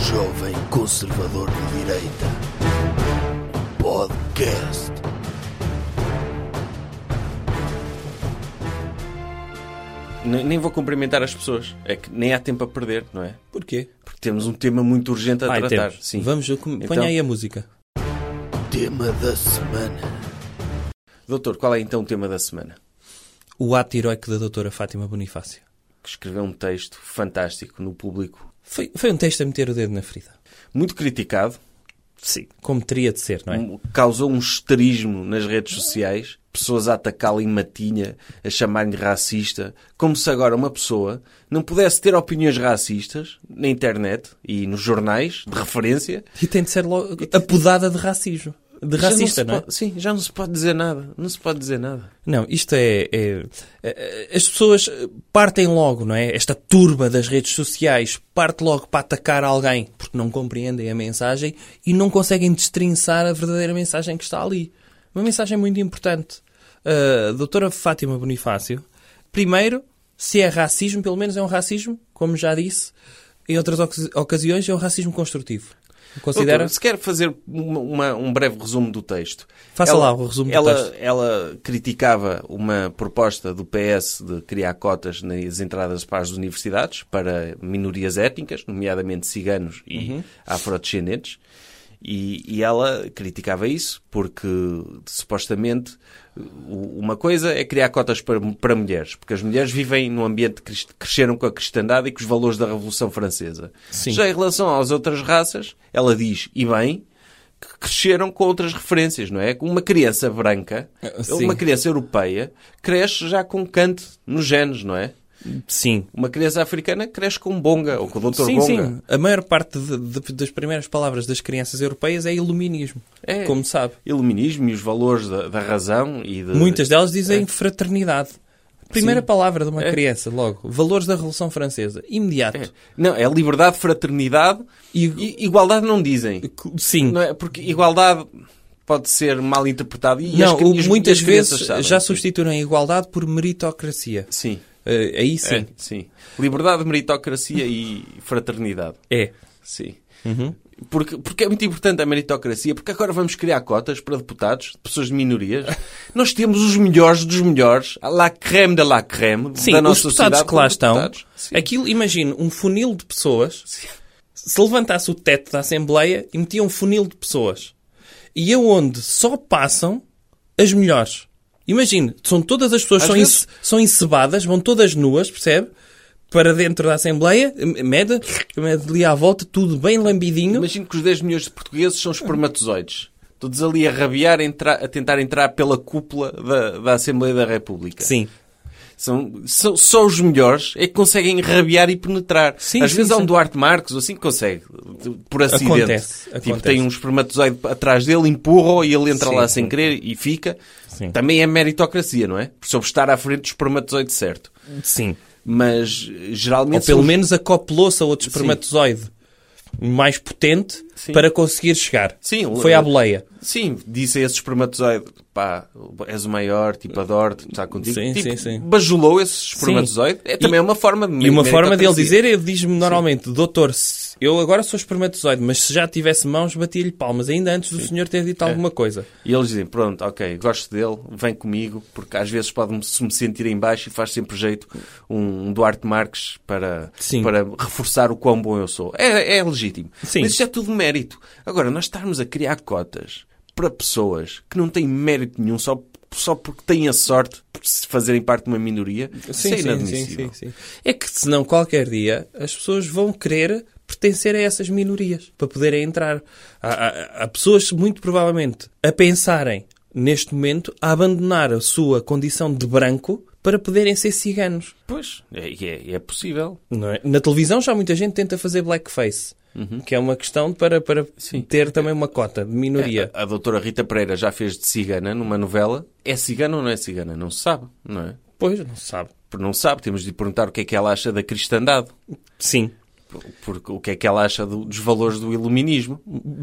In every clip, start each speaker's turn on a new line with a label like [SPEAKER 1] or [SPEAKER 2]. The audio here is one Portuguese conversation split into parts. [SPEAKER 1] Jovem Conservador de Direita. Podcast.
[SPEAKER 2] Ne- Nem vou cumprimentar as pessoas. É que nem há tempo a perder, não é?
[SPEAKER 3] Porquê?
[SPEAKER 2] Porque temos um tema muito urgente a
[SPEAKER 3] Ai,
[SPEAKER 2] tratar.
[SPEAKER 3] tempo.
[SPEAKER 2] Sim.
[SPEAKER 3] Vamos, eu come-
[SPEAKER 2] Então-
[SPEAKER 3] ponha aí a música.
[SPEAKER 1] Tema da semana.
[SPEAKER 2] Doutor, qual é então o tema da semana?
[SPEAKER 3] O ato heroico da doutora Fátima Bonifácio.
[SPEAKER 2] Que escreveu um texto fantástico no público.
[SPEAKER 3] Foi, foi um texto a meter o dedo na ferida.
[SPEAKER 2] Muito criticado.
[SPEAKER 3] Sim. Como teria de ser, não é?
[SPEAKER 2] um- Causou um esterismo nas redes sociais. Pessoas a atacá-lo em matinha, a chamarem-lhe racista. Como se agora uma pessoa não pudesse ter opiniões racistas na internet e nos jornais de referência.
[SPEAKER 3] E tem de ser logo apodada de racismo. De
[SPEAKER 2] Já
[SPEAKER 3] racista,
[SPEAKER 2] se
[SPEAKER 3] não, é?
[SPEAKER 2] pode- Sim, já não se pode dizer nada. Não se pode dizer nada.
[SPEAKER 3] Não, isto é, é- é- As pessoas partem logo, não é? Esta turba das redes sociais parte logo para atacar alguém porque não compreendem a mensagem e não conseguem destrinçar a verdadeira mensagem que está ali. Uma mensagem muito importante. A doutora Fátima Bonifácio, primeiro, se é racismo, pelo menos é um racismo, como já disse, em outras ocasi- ocasiões é um racismo construtivo. Considera?
[SPEAKER 2] Doutor, se quer fazer uma- uma- um breve resumo do texto.
[SPEAKER 3] Faça lá o resumo do
[SPEAKER 2] ela,
[SPEAKER 3] texto.
[SPEAKER 2] Ela criticava uma proposta do PS de criar cotas nas entradas para as universidades para minorias étnicas, nomeadamente ciganos e afrodescendentes. E, e ela criticava isso porque, supostamente, u- uma coisa é criar cotas para, para mulheres, porque as mulheres vivem num ambiente que cres- cresceram com a cristandade e com os valores da Revolução Francesa.
[SPEAKER 3] Sim.
[SPEAKER 2] Já em relação às outras raças, ela diz, e bem, que cresceram com outras referências, não é? Com uma criança branca,
[SPEAKER 3] Ah, sim.
[SPEAKER 2] uma criança europeia, cresce já com Kant nos genes, não é?
[SPEAKER 3] Sim,
[SPEAKER 2] Uma criança africana cresce com Bonga, ou com o Dr.
[SPEAKER 3] Sim,
[SPEAKER 2] Bonga.
[SPEAKER 3] sim. A maior parte de- de- das primeiras palavras das crianças europeias é iluminismo.
[SPEAKER 2] É.
[SPEAKER 3] Como sabe.
[SPEAKER 2] Iluminismo e os valores da, da razão e de...
[SPEAKER 3] Muitas delas dizem fraternidade. Primeira
[SPEAKER 2] É. Sim.
[SPEAKER 3] palavra de uma
[SPEAKER 2] É.
[SPEAKER 3] criança, logo. Valores da Revolução Francesa. Imediato.
[SPEAKER 2] É. Não, é liberdade, fraternidade
[SPEAKER 3] E-
[SPEAKER 2] e igualdade não dizem.
[SPEAKER 3] Sim.
[SPEAKER 2] Não é? Porque igualdade pode ser mal interpretada e as,
[SPEAKER 3] Não,
[SPEAKER 2] cri-
[SPEAKER 3] o-
[SPEAKER 2] e as- e
[SPEAKER 3] muitas
[SPEAKER 2] as crianças
[SPEAKER 3] vezes
[SPEAKER 2] sabem.
[SPEAKER 3] já substituem a igualdade por meritocracia.
[SPEAKER 2] Sim.
[SPEAKER 3] Eh, aí
[SPEAKER 2] Sim.
[SPEAKER 3] sim.
[SPEAKER 2] sim. Liberdade, meritocracia e fraternidade.
[SPEAKER 3] É.
[SPEAKER 2] Sim.
[SPEAKER 3] Uhum.
[SPEAKER 2] Porque, porque é muito importante a meritocracia, porque agora vamos criar cotas para deputados, de pessoas de minorias. Nós temos os melhores dos melhores, a la creme de la creme
[SPEAKER 3] Sim,
[SPEAKER 2] da
[SPEAKER 3] os
[SPEAKER 2] nossa
[SPEAKER 3] deputados
[SPEAKER 2] sociedade.
[SPEAKER 3] que lá
[SPEAKER 2] como
[SPEAKER 3] estão.
[SPEAKER 2] deputados. Sim.
[SPEAKER 3] Aquilo, imagino, um funil de pessoas. Se levantasse o teto da Assembleia e metia um funil de pessoas. E é onde só passam as melhores. Imagine, são todas as pessoas
[SPEAKER 2] Às
[SPEAKER 3] são,
[SPEAKER 2] vezes-
[SPEAKER 3] ence- são encebadas, vão todas nuas, percebe? Para dentro da Assembleia, m- mede, mede ali à volta, tudo bem lambidinho.
[SPEAKER 2] Imagino que os 10 milhões de portugueses são espermatozoides. Todos ali a rabiar, a, entrar- a tentar entrar pela cúpula da, da Assembleia da República.
[SPEAKER 3] Sim.
[SPEAKER 2] São, são- só os melhores é que conseguem rabiar e penetrar.
[SPEAKER 3] Sim,
[SPEAKER 2] Às
[SPEAKER 3] sim,
[SPEAKER 2] vezes há
[SPEAKER 3] sim.
[SPEAKER 2] um Duarte Marcos, ou assim que consegue, por acidente.
[SPEAKER 3] Acontece,
[SPEAKER 2] Tipo,
[SPEAKER 3] acontece.
[SPEAKER 2] tem um espermatozoide atrás dele, empurra-o e ele entra
[SPEAKER 3] Sim,
[SPEAKER 2] lá
[SPEAKER 3] sim.
[SPEAKER 2] sem querer e fica.
[SPEAKER 3] Sim.
[SPEAKER 2] Também é meritocracia, não é? Por Sobre estar à frente do espermatozoide certo.
[SPEAKER 3] Sim.
[SPEAKER 2] Mas geralmente.
[SPEAKER 3] Ou pelo
[SPEAKER 2] são-
[SPEAKER 3] menos acoplou-se a outro espermatozoide mais potente
[SPEAKER 2] Sim.
[SPEAKER 3] para conseguir chegar.
[SPEAKER 2] Sim, um-
[SPEAKER 3] Foi à boleia.
[SPEAKER 2] Sim, disse a esse espermatozoide: pá, és o maior, tipo, adoro-te, está contigo.
[SPEAKER 3] Sim,
[SPEAKER 2] tipo,
[SPEAKER 3] sim, sim.
[SPEAKER 2] Bajulou esse espermatozoide. É também
[SPEAKER 3] E-
[SPEAKER 2] uma forma de.
[SPEAKER 3] E uma forma dele
[SPEAKER 2] meritocracia.
[SPEAKER 3] dizer, ele diz-me normalmente, doutor, se- eu agora sou espermatozoide, mas se já tivesse mãos, batia-lhe palmas, ainda antes do senhor ter dito alguma coisa.
[SPEAKER 2] E eles dizem, pronto, ok, gosto dele, vem comigo, porque às vezes pode-me se me sentir em baixo e faz sempre jeito um, um Duarte Marques para,
[SPEAKER 3] Sim.
[SPEAKER 2] para reforçar o quão bom eu sou. É, é legítimo.
[SPEAKER 3] Sim.
[SPEAKER 2] Mas isto é tudo mérito. Agora, nós estarmos a criar cotas para pessoas que não têm mérito nenhum só, só porque têm a sorte de se fazerem parte de uma minoria, isso é inadmissível.
[SPEAKER 3] sim. É que senão qualquer dia as pessoas vão querer pertencer a essas minorias para poderem entrar. Há, há- há pessoas, muito provavelmente, a pensarem neste momento a abandonar a sua condição de branco para poderem ser ciganos.
[SPEAKER 2] Pois, é, é, é possível.
[SPEAKER 3] Não é? Na televisão já muita gente tenta fazer blackface,
[SPEAKER 2] Uhum.
[SPEAKER 3] que é uma questão para, para ter também uma cota de minoria.
[SPEAKER 2] A, a doutora Rita Pereira já fez de cigana numa novela. É cigana ou não é cigana? Não se sabe, não é?
[SPEAKER 3] Pois, não se sabe.
[SPEAKER 2] Porque não sabe, temos de lhe perguntar o que é que ela acha da cristandade,
[SPEAKER 3] Sim,
[SPEAKER 2] porque o que é que ela acha do- dos valores do iluminismo,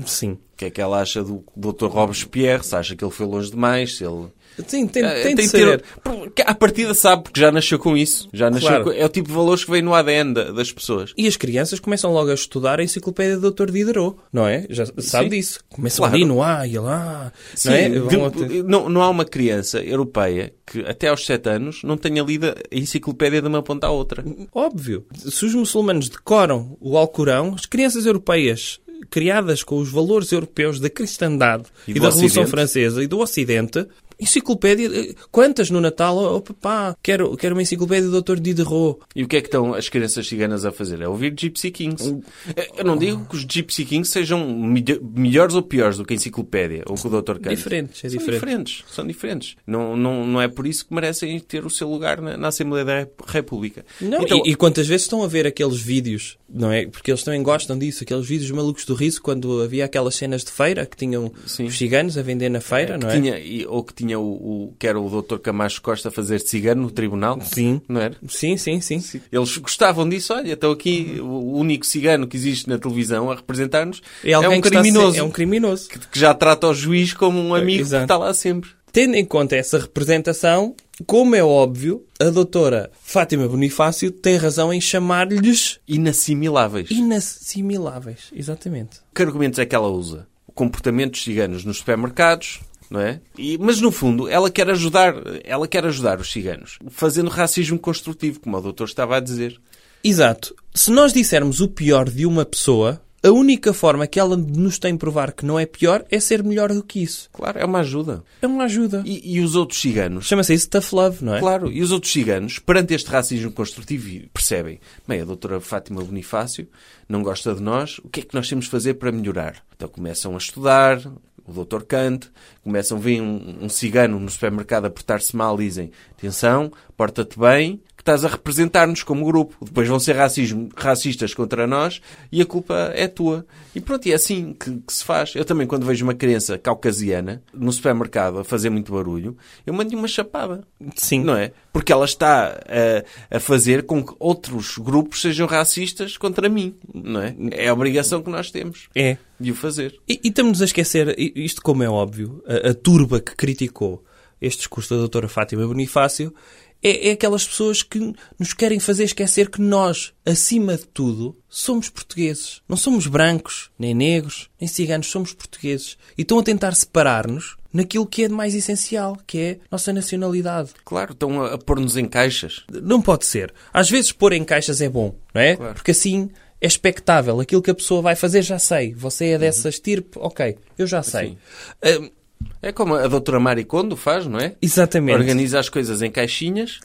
[SPEAKER 3] sim.
[SPEAKER 2] o que é que ela acha do Dr. Robespierre, se acha que ele foi longe demais, se ele
[SPEAKER 3] Sim, tem,
[SPEAKER 2] Eh,
[SPEAKER 3] tem, de
[SPEAKER 2] que ter-
[SPEAKER 3] ser.
[SPEAKER 2] porque à partida sabe, porque já nasceu com isso. Já nasceu
[SPEAKER 3] Claro.
[SPEAKER 2] com- É o tipo de valores que vem no ADN da- das pessoas.
[SPEAKER 3] E as crianças começam logo a estudar a enciclopédia do Dr. Diderot, não é? Já sabe disso. Começam
[SPEAKER 2] Claro.
[SPEAKER 3] ali no A e lá.
[SPEAKER 2] Sim,
[SPEAKER 3] não é?
[SPEAKER 2] de-
[SPEAKER 3] Vão até-
[SPEAKER 2] não, não há uma criança europeia que até aos 7 anos não tenha lido a enciclopédia de uma ponta à outra.
[SPEAKER 3] Óbvio. Se os muçulmanos decoram o Alcorão, as crianças europeias criadas com os valores europeus da cristandade
[SPEAKER 2] E
[SPEAKER 3] e,
[SPEAKER 2] do
[SPEAKER 3] da Revolução
[SPEAKER 2] Ocidente.
[SPEAKER 3] Francesa e do Ocidente, enciclopédia... eh, Quantas no Natal? Oh, papá, quero, quero uma enciclopédia do Dr. Diderot.
[SPEAKER 2] E o que é que estão as crianças ciganas a fazer? É ouvir Gypsy Kings. Eh, Eu não digo que os Gypsy Kings sejam milho- melhores ou piores do que a enciclopédia ou que o Dr. Keynes.
[SPEAKER 3] Diferentes, é
[SPEAKER 2] são
[SPEAKER 3] diferente.
[SPEAKER 2] diferentes. São diferentes. Não, não, não é por isso que merecem ter o seu lugar na, na Assembleia da Rep- República.
[SPEAKER 3] Não,
[SPEAKER 2] Então,
[SPEAKER 3] e, e quantas vezes estão a ver aqueles vídeos, não é? Porque eles também gostam disso, aqueles vídeos malucos do riso, quando havia aquelas cenas de feira que tinham
[SPEAKER 2] Sim.
[SPEAKER 3] os ciganos a vender na feira,
[SPEAKER 2] que
[SPEAKER 3] não é?
[SPEAKER 2] tinha, e- ou que tinha o, o que era o Dr. Camacho Costa a fazer de cigano no tribunal.
[SPEAKER 3] Sim.
[SPEAKER 2] Não era?
[SPEAKER 3] Sim, sim, sim.
[SPEAKER 2] Eles gostavam disso. Olha, estão aqui o único cigano que existe na televisão a representar-nos.
[SPEAKER 3] É alguém
[SPEAKER 2] um
[SPEAKER 3] que está a ser-
[SPEAKER 2] criminoso.
[SPEAKER 3] é um criminoso.
[SPEAKER 2] que- que já trata o juiz como um amigo que
[SPEAKER 3] Exato.
[SPEAKER 2] está lá sempre.
[SPEAKER 3] Tendo em conta essa representação, como é óbvio, a doutora Fátima Bonifácio tem razão em chamar-lhes
[SPEAKER 2] inassimiláveis.
[SPEAKER 3] inassimiláveis. Exatamente.
[SPEAKER 2] Que argumentos é que ela usa? O comportamento dos ciganos nos supermercados, não é? E- mas no fundo, ela quer ajudar, ela quer ajudar os ciganos, fazendo racismo construtivo, como o doutor estava a dizer.
[SPEAKER 3] Exato. Se nós dissermos o pior de uma pessoa, a única forma que ela nos tem de provar que não é pior é ser melhor do que isso.
[SPEAKER 2] Claro, é uma ajuda.
[SPEAKER 3] É uma ajuda.
[SPEAKER 2] E, e os outros ciganos?
[SPEAKER 3] Chama-se isso tough love, não é?
[SPEAKER 2] Claro, e os outros ciganos, perante este racismo construtivo, percebem, bem, a doutora Fátima Bonifácio não gosta de nós, o que é que nós temos de fazer para melhorar? Então começam a estudar, o doutor Kant, começam a ver um, um cigano no supermercado a portar-se mal, dizem, atenção, porta-te bem, que estás a representar-nos como grupo. Depois vão ser racismo- racistas contra nós e a culpa é tua. E pronto, e é assim que, que se faz. Eu também, quando vejo uma criança caucasiana no supermercado a fazer muito barulho, eu mando-lhe uma chapada.
[SPEAKER 3] Sim.
[SPEAKER 2] Não é? Porque ela está a, a fazer com que outros grupos sejam racistas contra mim, não é? É a obrigação que nós temos
[SPEAKER 3] É.
[SPEAKER 2] de o fazer.
[SPEAKER 3] E, e estamos a esquecer, i- isto como é óbvio, a, a turba que criticou este discurso da doutora Fátima Bonifácio é, é aquelas pessoas que nos querem fazer esquecer que nós, acima de tudo, somos portugueses. Não somos brancos, nem negros, nem ciganos, somos portugueses. E estão a tentar separar-nos naquilo que é de mais essencial, que é a nossa nacionalidade.
[SPEAKER 2] Claro, estão a, a pôr-nos em caixas.
[SPEAKER 3] Não pode ser. Às vezes pôr em caixas é bom, não é? Porque assim é expectável. Aquilo que a pessoa vai fazer já sei. Você é dessa estirpe, ok, eu já sei. Hum,
[SPEAKER 2] É como a doutora Mari Kondo faz, não é?
[SPEAKER 3] exatamente. Uhum.
[SPEAKER 2] Organiza as coisas em caixinhas,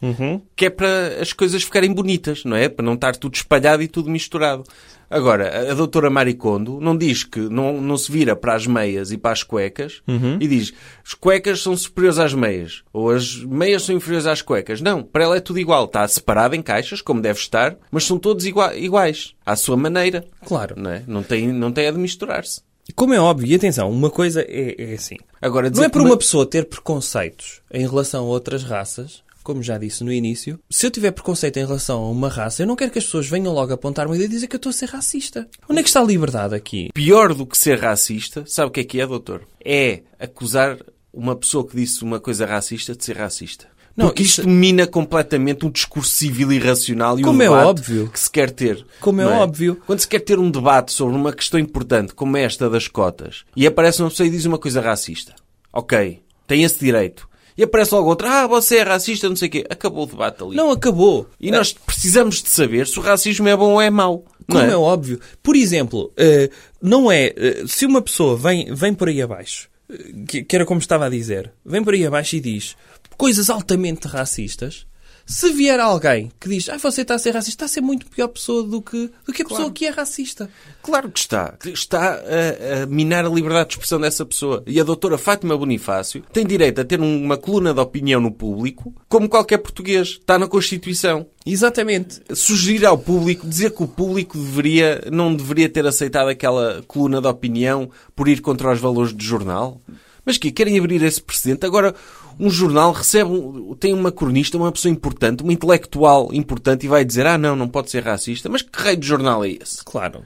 [SPEAKER 2] que é para as coisas ficarem bonitas, não é? Para não estar tudo espalhado e tudo misturado. Agora, a- a doutora Maricondo não diz que não, não se vira para as meias e para as cuecas
[SPEAKER 3] Uhum.
[SPEAKER 2] e diz as cuecas são superiores às meias ou as meias são inferiores às cuecas. Não, para ela é tudo igual. Está separado em caixas, como deve estar, mas são todos igua- iguais, à sua maneira.
[SPEAKER 3] Claro.
[SPEAKER 2] Não, é? não, tem, não tem a de misturar-se.
[SPEAKER 3] E Como é óbvio, e atenção, uma coisa é, é assim.
[SPEAKER 2] Agora,
[SPEAKER 3] Não
[SPEAKER 2] dizer
[SPEAKER 3] é por
[SPEAKER 2] que
[SPEAKER 3] uma pessoa ter preconceitos em relação a outras raças, como já disse no início, se eu tiver preconceito em relação a uma raça, eu não quero que as pessoas venham logo apontar-me e dizer que eu estou a ser racista. Onde é que está a liberdade aqui?
[SPEAKER 2] Pior do que ser racista, sabe o que é que é, doutor? É acusar uma pessoa que disse uma coisa racista de ser racista.
[SPEAKER 3] Não,
[SPEAKER 2] Porque isto
[SPEAKER 3] isso-
[SPEAKER 2] mina completamente um discurso civil e racional e um
[SPEAKER 3] Como é
[SPEAKER 2] debate
[SPEAKER 3] óbvio.
[SPEAKER 2] que se quer ter.
[SPEAKER 3] Como é
[SPEAKER 2] não
[SPEAKER 3] óbvio.
[SPEAKER 2] Quando se quer ter um debate sobre uma questão importante como é esta das cotas e aparece uma pessoa e diz uma coisa racista. Ok, tem esse direito. E aparece logo outra, ah, você é racista, não sei o quê. Acabou o debate ali.
[SPEAKER 3] Não acabou.
[SPEAKER 2] E nós precisamos de saber se o racismo é bom ou é mau. não
[SPEAKER 3] Como é? óbvio. Por exemplo, eh, não é. eh, se uma pessoa vem, vem por aí abaixo, eh, que, que era como estava a dizer, vem por aí abaixo e diz coisas altamente racistas. Se vier alguém que diz, ah, você está a ser racista, está a ser muito pior pessoa do que, do que a pessoa que é racista.
[SPEAKER 2] Claro que está. Está a, a minar a liberdade de expressão dessa pessoa. E a doutora Fátima Bonifácio tem direito a ter um- uma coluna de opinião no público, como qualquer português. Está na Constituição.
[SPEAKER 3] Exatamente.
[SPEAKER 2] Sugerir ao público, dizer que o público deveria, não deveria ter aceitado aquela coluna de opinião por ir contra os valores do jornal. Mas que querem abrir esse precedente? Agora, um jornal recebe, um- tem uma cronista, uma pessoa importante, uma intelectual importante e vai dizer, ah não, não pode ser racista. Mas que rei de jornal é esse?
[SPEAKER 3] Claro.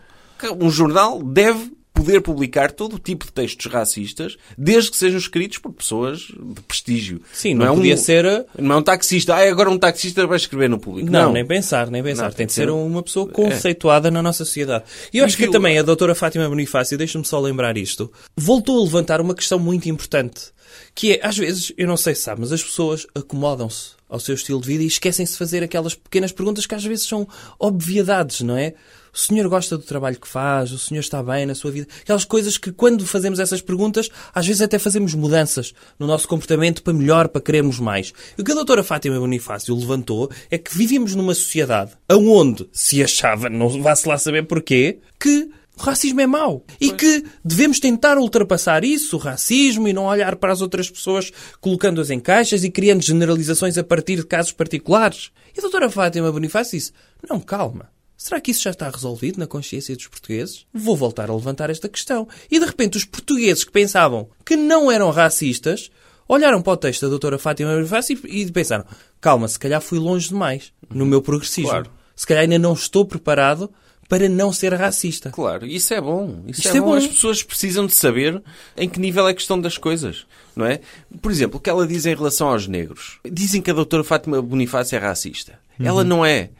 [SPEAKER 2] um jornal deve poder publicar todo o tipo de textos racistas, desde que sejam escritos por pessoas de prestígio. é um
[SPEAKER 3] Sim, não um podia ser a-
[SPEAKER 2] Não é um taxista. Ah, agora um taxista vai escrever no público.
[SPEAKER 3] Não,
[SPEAKER 2] Não,
[SPEAKER 3] nem pensar, nem pensar.
[SPEAKER 2] Não,
[SPEAKER 3] tem de ser um, é. uma pessoa conceituada na nossa sociedade. E eu acho que
[SPEAKER 2] que o-
[SPEAKER 3] também a doutora Fátima Bonifácio, deixa-me só lembrar isto, voltou a levantar uma questão muito importante, que é, às vezes, eu não sei se sabe, mas as pessoas acomodam-se ao seu estilo de vida e esquecem-se de fazer aquelas pequenas perguntas que às vezes são obviedades, não é? O senhor gosta do trabalho que faz? O senhor está bem na sua vida? Aquelas coisas que, quando fazemos essas perguntas, às vezes até fazemos mudanças no nosso comportamento para melhor, para querermos mais. E o que a doutora Fátima Bonifácio levantou é que vivíamos numa sociedade onde se achava, não vá-se lá saber porquê, que o racismo é mau. E que devemos tentar ultrapassar isso, o racismo, e não olhar para as outras pessoas colocando-as em caixas e criando generalizações a partir de casos particulares. E a doutora Fátima Bonifácio disse, não, calma. Será que isso já está resolvido na consciência dos portugueses? Vou voltar a levantar esta questão. E de repente os portugueses que pensavam que não eram racistas olharam para o texto da doutora Fátima Bonifácio e e pensaram calma, se calhar fui longe demais no meu progressismo.
[SPEAKER 2] Claro.
[SPEAKER 3] Se calhar ainda não estou preparado para não ser racista.
[SPEAKER 2] Claro, isso é bom. Isso,
[SPEAKER 3] Isto
[SPEAKER 2] é,
[SPEAKER 3] é
[SPEAKER 2] bom.
[SPEAKER 3] bom.
[SPEAKER 2] As pessoas precisam de saber em que nível é a questão das coisas, não é? Por exemplo, o que ela diz em relação aos negros. Dizem que a doutora Fátima Bonifácio é racista.
[SPEAKER 3] Uhum.
[SPEAKER 2] Ela não é.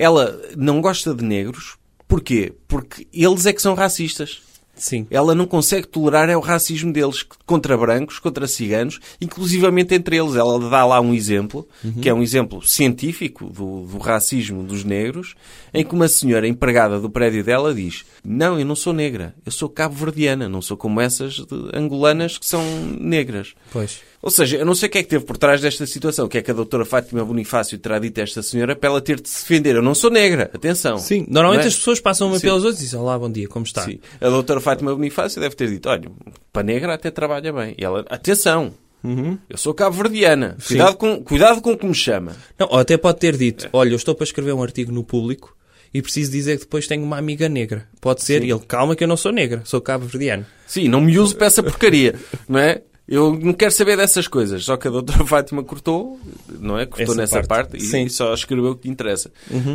[SPEAKER 2] Ela não gosta de negros. Porquê? Porque eles é que são racistas.
[SPEAKER 3] Sim.
[SPEAKER 2] Ela não consegue tolerar é o racismo deles contra brancos, contra ciganos, inclusivamente entre eles. Ela dá lá um exemplo, que é um exemplo científico do, do racismo dos negros, em que uma senhora empregada do prédio dela diz: Não, eu não sou negra, eu sou cabo-verdiana, não sou como essas de- angolanas que são negras.
[SPEAKER 3] Pois.
[SPEAKER 2] Ou seja, eu não sei o que é que teve por trás desta situação, o que é que a doutora Fátima Bonifácio terá dito a esta senhora para ela ter de se defender. Eu não sou negra, atenção.
[SPEAKER 3] Sim. Normalmente
[SPEAKER 2] Não é?
[SPEAKER 3] as pessoas passam uma
[SPEAKER 2] Sim.
[SPEAKER 3] pelas outras e dizem Olá, bom dia, como está?
[SPEAKER 2] Sim. A doutora Fátima Bonifácio deve ter dito: olha, para negra até trabalha bem. E ela, atenção,
[SPEAKER 3] Uhum.
[SPEAKER 2] eu sou cabo-verdiana, cuidado com, cuidado com o que me chama.
[SPEAKER 3] Não, ou até pode ter
[SPEAKER 2] É.
[SPEAKER 3] dito, olha, eu estou para escrever um artigo no público e preciso dizer que depois tenho uma amiga negra. Pode ser, e ele, calma que eu não sou negra, sou cabo-verdiano.
[SPEAKER 2] Sim, não me uso para essa porcaria, não é? Eu não quero saber dessas coisas. Só que a doutora Fátima cortou, não é? Cortou
[SPEAKER 3] Essa
[SPEAKER 2] nessa
[SPEAKER 3] parte.
[SPEAKER 2] parte, e,
[SPEAKER 3] Sim. Uhum.
[SPEAKER 2] e só escreveu o que interessa.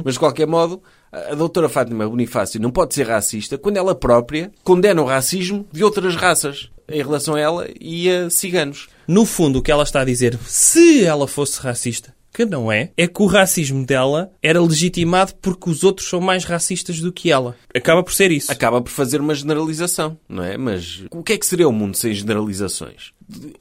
[SPEAKER 2] Mas, de qualquer modo, a a doutora Fátima Bonifácio não pode ser racista quando ela própria condena o racismo de outras raças em relação a ela e a ciganos.
[SPEAKER 3] No fundo, o que ela está a dizer, se ela fosse racista, que não é, é que o racismo dela era legitimado porque os outros são mais racistas do que ela. Acaba por ser isso.
[SPEAKER 2] acaba por fazer uma generalização, não é? Mas o que é que seria o mundo sem generalizações?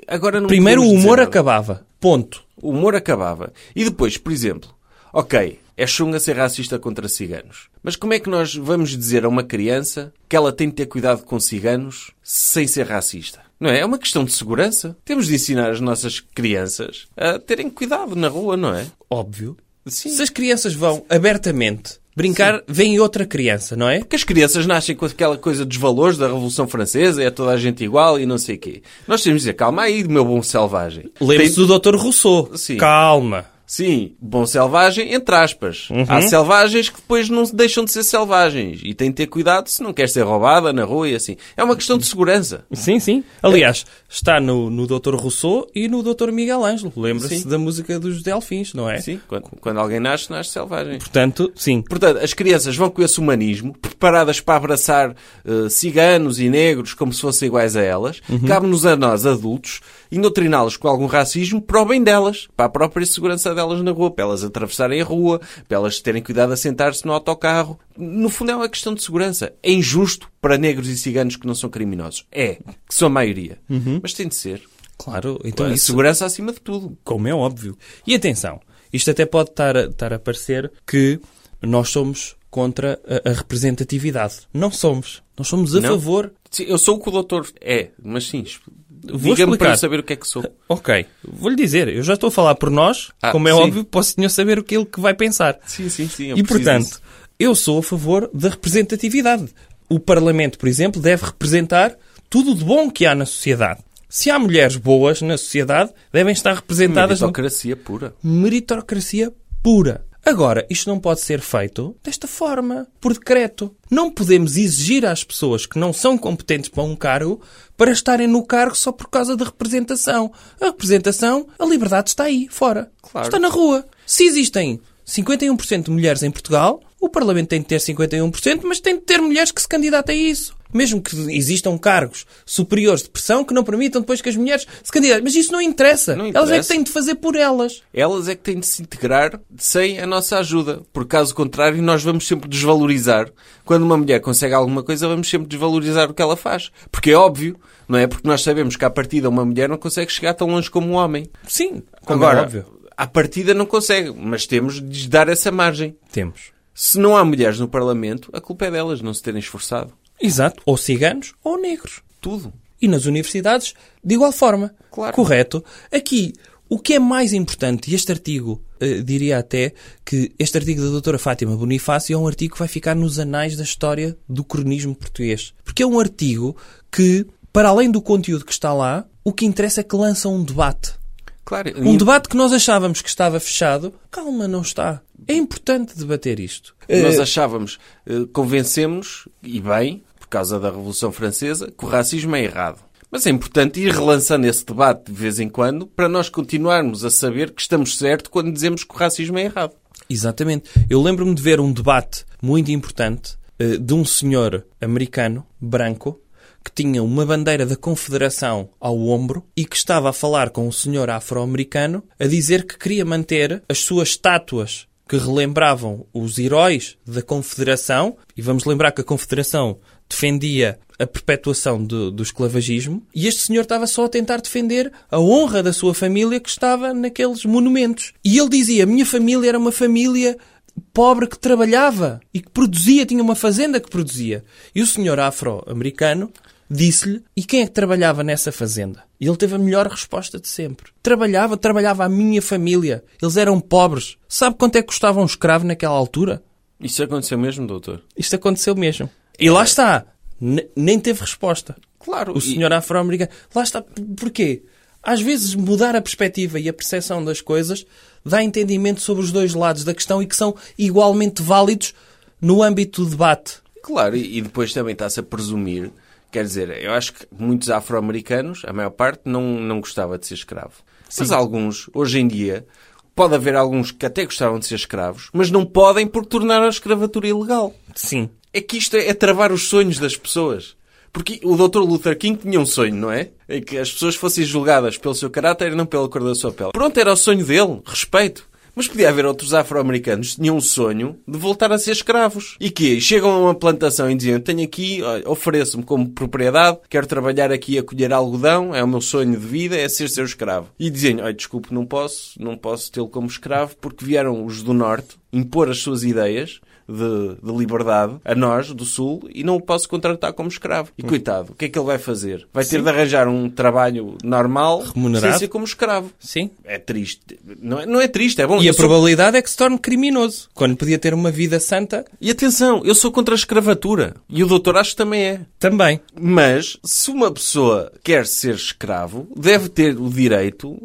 [SPEAKER 2] Agora não
[SPEAKER 3] Primeiro o
[SPEAKER 2] podemos dizer
[SPEAKER 3] humor
[SPEAKER 2] nada.
[SPEAKER 3] acabava. Ponto.
[SPEAKER 2] O humor acabava. E depois, por exemplo, ok, é chunga ser racista contra ciganos. Mas como é que nós vamos dizer a uma criança que ela tem de ter cuidado com ciganos sem ser racista? Não é? É uma questão de segurança. Temos de ensinar as nossas crianças a terem cuidado na rua, não é?
[SPEAKER 3] Óbvio.
[SPEAKER 2] Sim.
[SPEAKER 3] Se as crianças vão abertamente brincar, vem outra criança, não é?
[SPEAKER 2] Porque as crianças nascem com aquela coisa dos valores da Revolução Francesa, é toda a gente igual e não sei o quê. Nós temos de dizer, calma aí, meu bom selvagem.
[SPEAKER 3] Lembre-se
[SPEAKER 2] Tem-
[SPEAKER 3] do Dr. Rousseau.
[SPEAKER 2] Sim.
[SPEAKER 3] Calma.
[SPEAKER 2] Sim, bom selvagem, entre aspas. Há selvagens que depois não se deixam de ser selvagens e tem de ter cuidado se não quer ser roubada na rua e assim. É uma questão de segurança.
[SPEAKER 3] Sim, sim. Aliás, está no, no Dr. Rousseau e no Dr. Miguel Ângelo. Lembra-se
[SPEAKER 2] Sim.
[SPEAKER 3] da música dos Delfins, não é?
[SPEAKER 2] Sim, quando, quando alguém nasce, nasce selvagem.
[SPEAKER 3] Portanto, sim.
[SPEAKER 2] Portanto, as crianças vão com esse humanismo, preparadas para abraçar eh, ciganos e negros como se fossem iguais a elas.
[SPEAKER 3] Uhum.
[SPEAKER 2] Cabe-nos a nós, adultos, indoutriná-las com algum racismo para o bem delas, para a própria segurança delas na rua, para elas atravessarem a rua, para elas terem cuidado a sentar-se no autocarro. No fundo, é uma questão de segurança. É injusto para negros e ciganos que não são criminosos. É, que são a maioria.
[SPEAKER 3] Uhum.
[SPEAKER 2] Mas tem de ser.
[SPEAKER 3] Claro, então
[SPEAKER 2] A
[SPEAKER 3] isso,
[SPEAKER 2] Segurança acima de tudo.
[SPEAKER 3] como é óbvio. E atenção, isto até pode estar a, estar a parecer que nós somos contra a, a representatividade. Não somos. Nós somos a
[SPEAKER 2] Não.
[SPEAKER 3] favor.
[SPEAKER 2] Sim, eu sou o que o doutor é, mas sim,
[SPEAKER 3] explicar.
[SPEAKER 2] diga-me para eu saber o que é que sou.
[SPEAKER 3] Ok, vou-lhe dizer, eu já estou a falar por nós,
[SPEAKER 2] Ah,
[SPEAKER 3] como é
[SPEAKER 2] sim.
[SPEAKER 3] óbvio, para o senhor saber o que ele que vai pensar.
[SPEAKER 2] Sim, sim, sim. eu
[SPEAKER 3] E
[SPEAKER 2] preciso
[SPEAKER 3] portanto,
[SPEAKER 2] disso.
[SPEAKER 3] eu sou a favor da representatividade. O Parlamento, por exemplo, deve representar tudo de bom que há na sociedade. Se há mulheres boas na sociedade, devem estar representadas no-
[SPEAKER 2] Meritocracia pura.
[SPEAKER 3] meritocracia pura. Agora, isto não pode ser feito desta forma, por decreto. Não podemos exigir às pessoas que não são competentes para um cargo para estarem no cargo só por causa da representação. A representação, a liberdade está aí, fora.
[SPEAKER 2] Claro.
[SPEAKER 3] Está na rua. Se existem 51% de mulheres em Portugal, o Parlamento tem de ter 51%, mas tem de ter mulheres que se candidatem a isso. mesmo que existam cargos superiores de pressão que não permitam depois que as mulheres se candidatem. Mas isso não interessa.
[SPEAKER 2] Não
[SPEAKER 3] Elas é que
[SPEAKER 2] interessa.
[SPEAKER 3] têm de fazer por elas.
[SPEAKER 2] Elas é que têm de se integrar sem a nossa ajuda. Por caso contrário, nós vamos sempre desvalorizar. Quando uma mulher consegue alguma coisa, vamos sempre desvalorizar o que ela faz. Porque é óbvio, não é? Porque nós sabemos que à partida uma mulher não consegue chegar tão longe como um homem.
[SPEAKER 3] Sim, como
[SPEAKER 2] Agora,
[SPEAKER 3] é óbvio.
[SPEAKER 2] à partida não consegue, mas temos de lhes dar essa margem.
[SPEAKER 3] Temos.
[SPEAKER 2] Se não há mulheres no Parlamento, a culpa é delas não se terem esforçado.
[SPEAKER 3] Exato. Ou ciganos ou negros.
[SPEAKER 2] Tudo.
[SPEAKER 3] E nas universidades, de igual forma.
[SPEAKER 2] Claro.
[SPEAKER 3] Correto. Aqui, o que é mais importante, e este artigo, eh, diria até que este artigo da doutora Fátima Bonifácio é um artigo que vai ficar nos anais da história do cronismo português. Porque é um artigo que, para além do conteúdo que está lá, o que interessa é que lança um debate.
[SPEAKER 2] Claro.
[SPEAKER 3] Um debate que nós achávamos que estava fechado. Calma, não está. É importante debater isto.
[SPEAKER 2] Nós achávamos, eh, convencemos, e bem, por causa da Revolução Francesa, que o racismo é errado. Mas é importante ir relançando esse debate de vez em quando para nós continuarmos a saber que estamos certo quando dizemos que o racismo é errado.
[SPEAKER 3] Exatamente. Eu lembro-me de ver um debate muito importante eh, de um senhor americano, branco, que tinha uma bandeira da Confederação ao ombro e que estava a falar com um senhor afro-americano a dizer que queria manter as suas estátuas que relembravam os heróis da Confederação. E vamos lembrar que a Confederação defendia a perpetuação do, do esclavagismo e este senhor estava só a tentar defender a honra da sua família que estava naqueles monumentos. E ele dizia: minha família era uma família pobre que trabalhava e que produzia, tinha uma fazenda que produzia. E o senhor afro-americano disse-lhe: e quem é que trabalhava nessa fazenda? E ele teve a melhor resposta de sempre. Trabalhava, trabalhava a minha família. Eles eram pobres. Sabe quanto é que custava um escravo naquela altura?
[SPEAKER 2] Isso aconteceu mesmo, doutor?
[SPEAKER 3] Isto aconteceu mesmo. E lá está. N- nem teve resposta.
[SPEAKER 2] Claro.
[SPEAKER 3] O senhor afro-americano. Lá está. P- Porquê? Às vezes mudar a perspectiva e a percepção das coisas dá entendimento sobre os dois lados da questão e que são igualmente válidos no âmbito do debate.
[SPEAKER 2] Claro, e e depois também está-se a presumir. Quer dizer, eu acho que muitos afro-americanos, a maior parte, não, não gostava de ser escravo. Mas alguns, hoje em dia, pode haver alguns que até gostavam de ser escravos, mas não podem porque tornaram a escravatura ilegal.
[SPEAKER 3] Sim.
[SPEAKER 2] É que isto é, é travar os sonhos das pessoas. Porque o Dr. Luther King tinha um sonho, não é? É que as pessoas fossem julgadas pelo seu caráter e não pela cor da sua pele. Pronto, era o sonho dele. Respeito. Mas podia haver outros afro-americanos que tinham um sonho de voltar a ser escravos. E que chegam a uma plantação e dizem, tenho aqui, olha, ofereço-me como propriedade, quero trabalhar aqui a colher algodão, é o meu sonho de vida, é ser seu escravo. E dizem, olha, desculpe, não posso, não posso tê-lo como escravo porque vieram os do Norte impor as suas ideias de, de liberdade a nós, do Sul, e não o posso contratar como escravo.
[SPEAKER 3] Hum.
[SPEAKER 2] E coitado, o que é que ele vai fazer? Vai ter de arranjar um trabalho normal
[SPEAKER 3] Remunerado.
[SPEAKER 2] sem ser como escravo.
[SPEAKER 3] Sim.
[SPEAKER 2] É triste. Não é, não é triste, é bom.
[SPEAKER 3] E
[SPEAKER 2] Eu
[SPEAKER 3] a
[SPEAKER 2] sou-
[SPEAKER 3] probabilidade é que se torne criminoso, quando podia ter uma vida santa
[SPEAKER 2] e atenção, eu sou contra a escravatura. E o doutor acho que também é.
[SPEAKER 3] também.
[SPEAKER 2] Mas, se uma pessoa quer ser escravo, deve ter o direito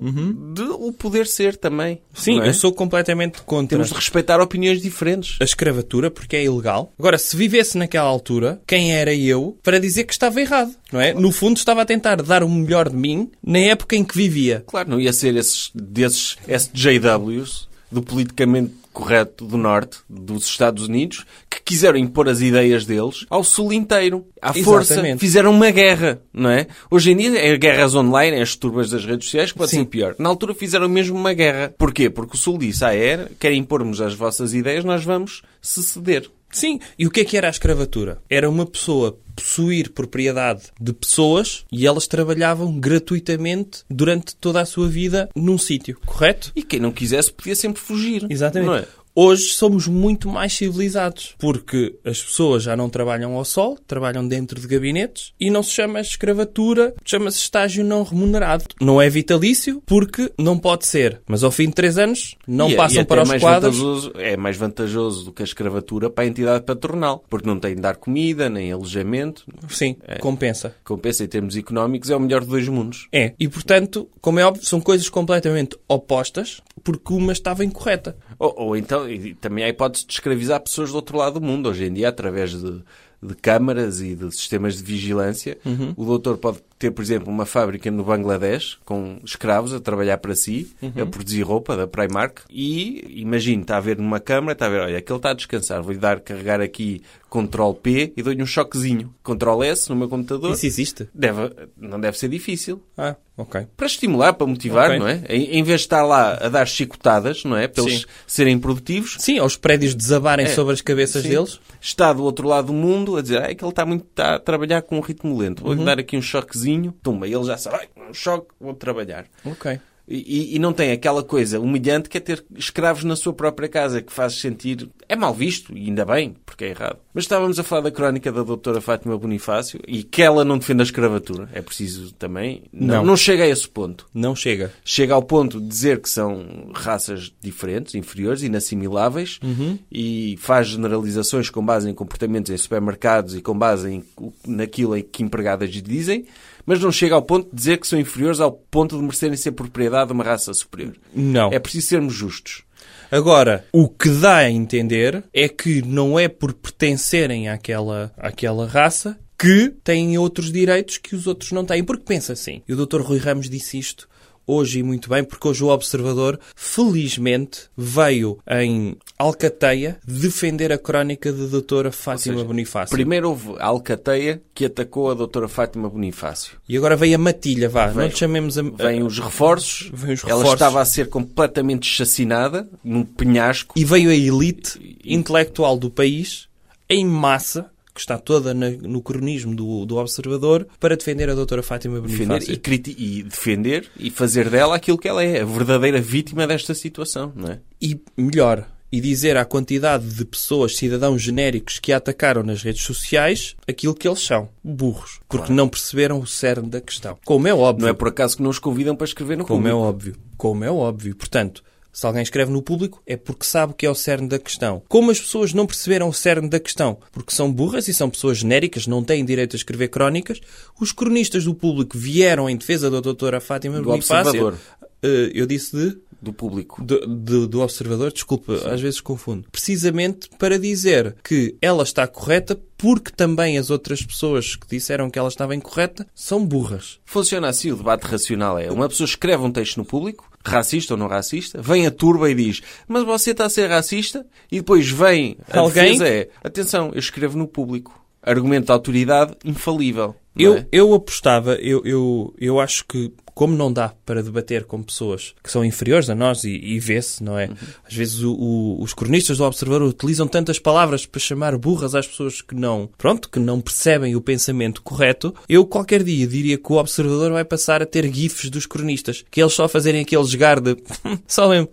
[SPEAKER 2] de o poder ser também.
[SPEAKER 3] Uhum. Sim,
[SPEAKER 2] não é?
[SPEAKER 3] eu sou completamente contra.
[SPEAKER 2] Temos de respeitar opiniões diferentes.
[SPEAKER 3] a escravatura porque é ilegal. Agora, se vivesse naquela altura, quem era eu para dizer que estava errado, não é? No fundo, estava a tentar dar o melhor de mim na época em que vivia.
[SPEAKER 2] Claro, não ia ser esses, desses SJWs, do politicamente correto do Norte, dos Estados Unidos, que quiseram impor as ideias deles ao Sul inteiro. À força,
[SPEAKER 3] Exatamente.
[SPEAKER 2] fizeram uma guerra, não é? Hoje em dia é guerras online, é as turbas das redes sociais, que pode
[SPEAKER 3] Sim.
[SPEAKER 2] ser pior. Na altura fizeram mesmo uma guerra. Porquê? Porque o Sul disse, ah, é, querem impormos as vossas ideias, nós vamos se ceder.
[SPEAKER 3] Sim, e o que é que era a escravatura? Era uma pessoa possuir propriedade de pessoas e elas trabalhavam gratuitamente durante toda a sua vida num sítio, correto?
[SPEAKER 2] E quem não quisesse podia sempre fugir.
[SPEAKER 3] Exatamente.
[SPEAKER 2] Não é?
[SPEAKER 3] Hoje somos muito mais civilizados, porque as pessoas já não trabalham ao sol, trabalham dentro de gabinetes e não se chama escravatura, chama-se estágio não remunerado. Não é vitalício, porque não pode ser. Mas ao fim de três anos, não
[SPEAKER 2] E é- e
[SPEAKER 3] passam
[SPEAKER 2] até
[SPEAKER 3] para os
[SPEAKER 2] mais
[SPEAKER 3] quadros.
[SPEAKER 2] vantajoso- é mais vantajoso do que a escravatura para a entidade patronal, porque não tem de dar comida, nem alojamento.
[SPEAKER 3] Sim,
[SPEAKER 2] É.
[SPEAKER 3] compensa.
[SPEAKER 2] Compensa em termos económicos, é o melhor dos dois mundos.
[SPEAKER 3] É. E portanto, como é óbvio, são coisas completamente opostas, porque uma estava incorreta.
[SPEAKER 2] Ou, ou então, e também há a hipótese de escravizar pessoas do outro lado do
[SPEAKER 3] Uhum.
[SPEAKER 2] mundo. Hoje em dia, através de, de câmaras e de sistemas de vigilância, o doutor pode ter, por exemplo, uma fábrica no Bangladesh com escravos a trabalhar para si,
[SPEAKER 3] Uhum.
[SPEAKER 2] a produzir roupa da Primark e, imagino, está a ver numa câmara, está a ver, olha, aquele está a descansar, vou-lhe dar, carregar aqui Ctrl P e dou-lhe um choquezinho. Ctrl S no meu computador.
[SPEAKER 3] Isso existe?
[SPEAKER 2] Deve, não deve ser difícil.
[SPEAKER 3] Ah, ok.
[SPEAKER 2] Para estimular, para motivar,
[SPEAKER 3] Ok.
[SPEAKER 2] não é? Em, em vez de estar lá a dar chicotadas, não é? Para
[SPEAKER 3] Sim.
[SPEAKER 2] eles serem produtivos,
[SPEAKER 3] Sim, aos prédios desabarem
[SPEAKER 2] É.
[SPEAKER 3] sobre as cabeças
[SPEAKER 2] Sim.
[SPEAKER 3] deles.
[SPEAKER 2] Está do outro lado do mundo a dizer ah, é que ele está, muito, está a trabalhar com um ritmo lento. Vou-lhe dar aqui um choquezinho. Tumba, ele já sabe. "Ai, Um choque, vou trabalhar.
[SPEAKER 3] Ok.
[SPEAKER 2] E, e- e não tem aquela coisa humilhante que é ter escravos na sua própria casa, que faz sentir... É mal visto, e ainda bem, porque é errado. Mas estávamos a falar da crónica da doutora Fátima Bonifácio e que ela não defende a escravatura. É preciso também...
[SPEAKER 3] Não.
[SPEAKER 2] Não, não chega a esse ponto
[SPEAKER 3] Não chega.
[SPEAKER 2] chega ao ponto de dizer que são raças diferentes, inferiores, inassimiláveis
[SPEAKER 3] Uhum.
[SPEAKER 2] e faz generalizações com base em comportamentos em supermercados e com base em, o- naquilo em que empregadas lhe dizem, mas não chega ao ponto de dizer que são inferiores ao ponto de merecerem ser propriedade de uma raça superior.
[SPEAKER 3] Não.
[SPEAKER 2] É preciso sermos justos.
[SPEAKER 3] Agora, o que dá a entender é que não é por pertencerem àquela, àquela raça que têm outros direitos que os outros não têm. Porque pensa assim, e o Dr. Rui Ramos disse isto hoje e muito bem, porque hoje o Observador, felizmente, veio em Alcateia defender a crónica da doutora Fátima
[SPEAKER 2] seja,
[SPEAKER 3] Bonifácio.
[SPEAKER 2] Primeiro houve a Alcateia que atacou a doutora Fátima Bonifácio.
[SPEAKER 3] E agora veio a matilha, vá, não
[SPEAKER 2] Veio.
[SPEAKER 3] lhe chamemos a...
[SPEAKER 2] Vêm os reforços,
[SPEAKER 3] Eh, Vêm os
[SPEAKER 2] ela
[SPEAKER 3] reforços.
[SPEAKER 2] estava a ser completamente chacinada num penhasco.
[SPEAKER 3] E veio a elite intelectual do país, em massa, que está toda na- no cronismo do, do Observador, para defender a doutora Fátima
[SPEAKER 2] defender
[SPEAKER 3] Bonifácio.
[SPEAKER 2] e, criti- e defender e fazer dela aquilo que ela é, a verdadeira vítima desta situação, não é?
[SPEAKER 3] E melhor, e dizer à quantidade de pessoas, cidadãos genéricos que a atacaram nas redes sociais, aquilo que eles são, burros, porque não perceberam o cerne da questão. Como é óbvio.
[SPEAKER 2] Não é por acaso que não os convidam para escrever no
[SPEAKER 3] Como é
[SPEAKER 2] público.
[SPEAKER 3] óbvio. Como é óbvio. Portanto, se alguém escreve no público, é porque sabe que é o cerne da questão. Como as pessoas não perceberam o cerne da questão? Porque são burras e são pessoas genéricas, não têm direito a escrever crónicas. Os cronistas do público vieram em defesa da doutora Fátima
[SPEAKER 2] Do
[SPEAKER 3] Bonifácio.
[SPEAKER 2] Observador.
[SPEAKER 3] Eh, Eu disse de...
[SPEAKER 2] do público.
[SPEAKER 3] Do, do- do observador, desculpa, às vezes confundo. Precisamente para dizer que ela está correta porque também as outras pessoas que disseram que ela estava incorreta são burras.
[SPEAKER 2] Funciona assim o debate racional. É uma pessoa escreve um texto no público, racista ou não racista, vem a turba e diz, mas você está a ser racista? E depois vem a
[SPEAKER 3] Alguém?
[SPEAKER 2] defesa é, atenção, eu escrevo no público. Argumento de autoridade infalível. não
[SPEAKER 3] Eu,
[SPEAKER 2] é?
[SPEAKER 3] eu apostava, eu, eu, eu acho que, como não dá para debater com pessoas que são inferiores a nós e, e vê-se, não
[SPEAKER 2] Uhum.
[SPEAKER 3] é? Às vezes o- o- os cronistas do Observador utilizam tantas palavras para chamar burras às pessoas que não, pronto, que não percebem o pensamento correto. Eu qualquer dia diria que o Observador vai passar a ter gifs dos cronistas, que eles só fazerem aquele jogar de. só mesmo.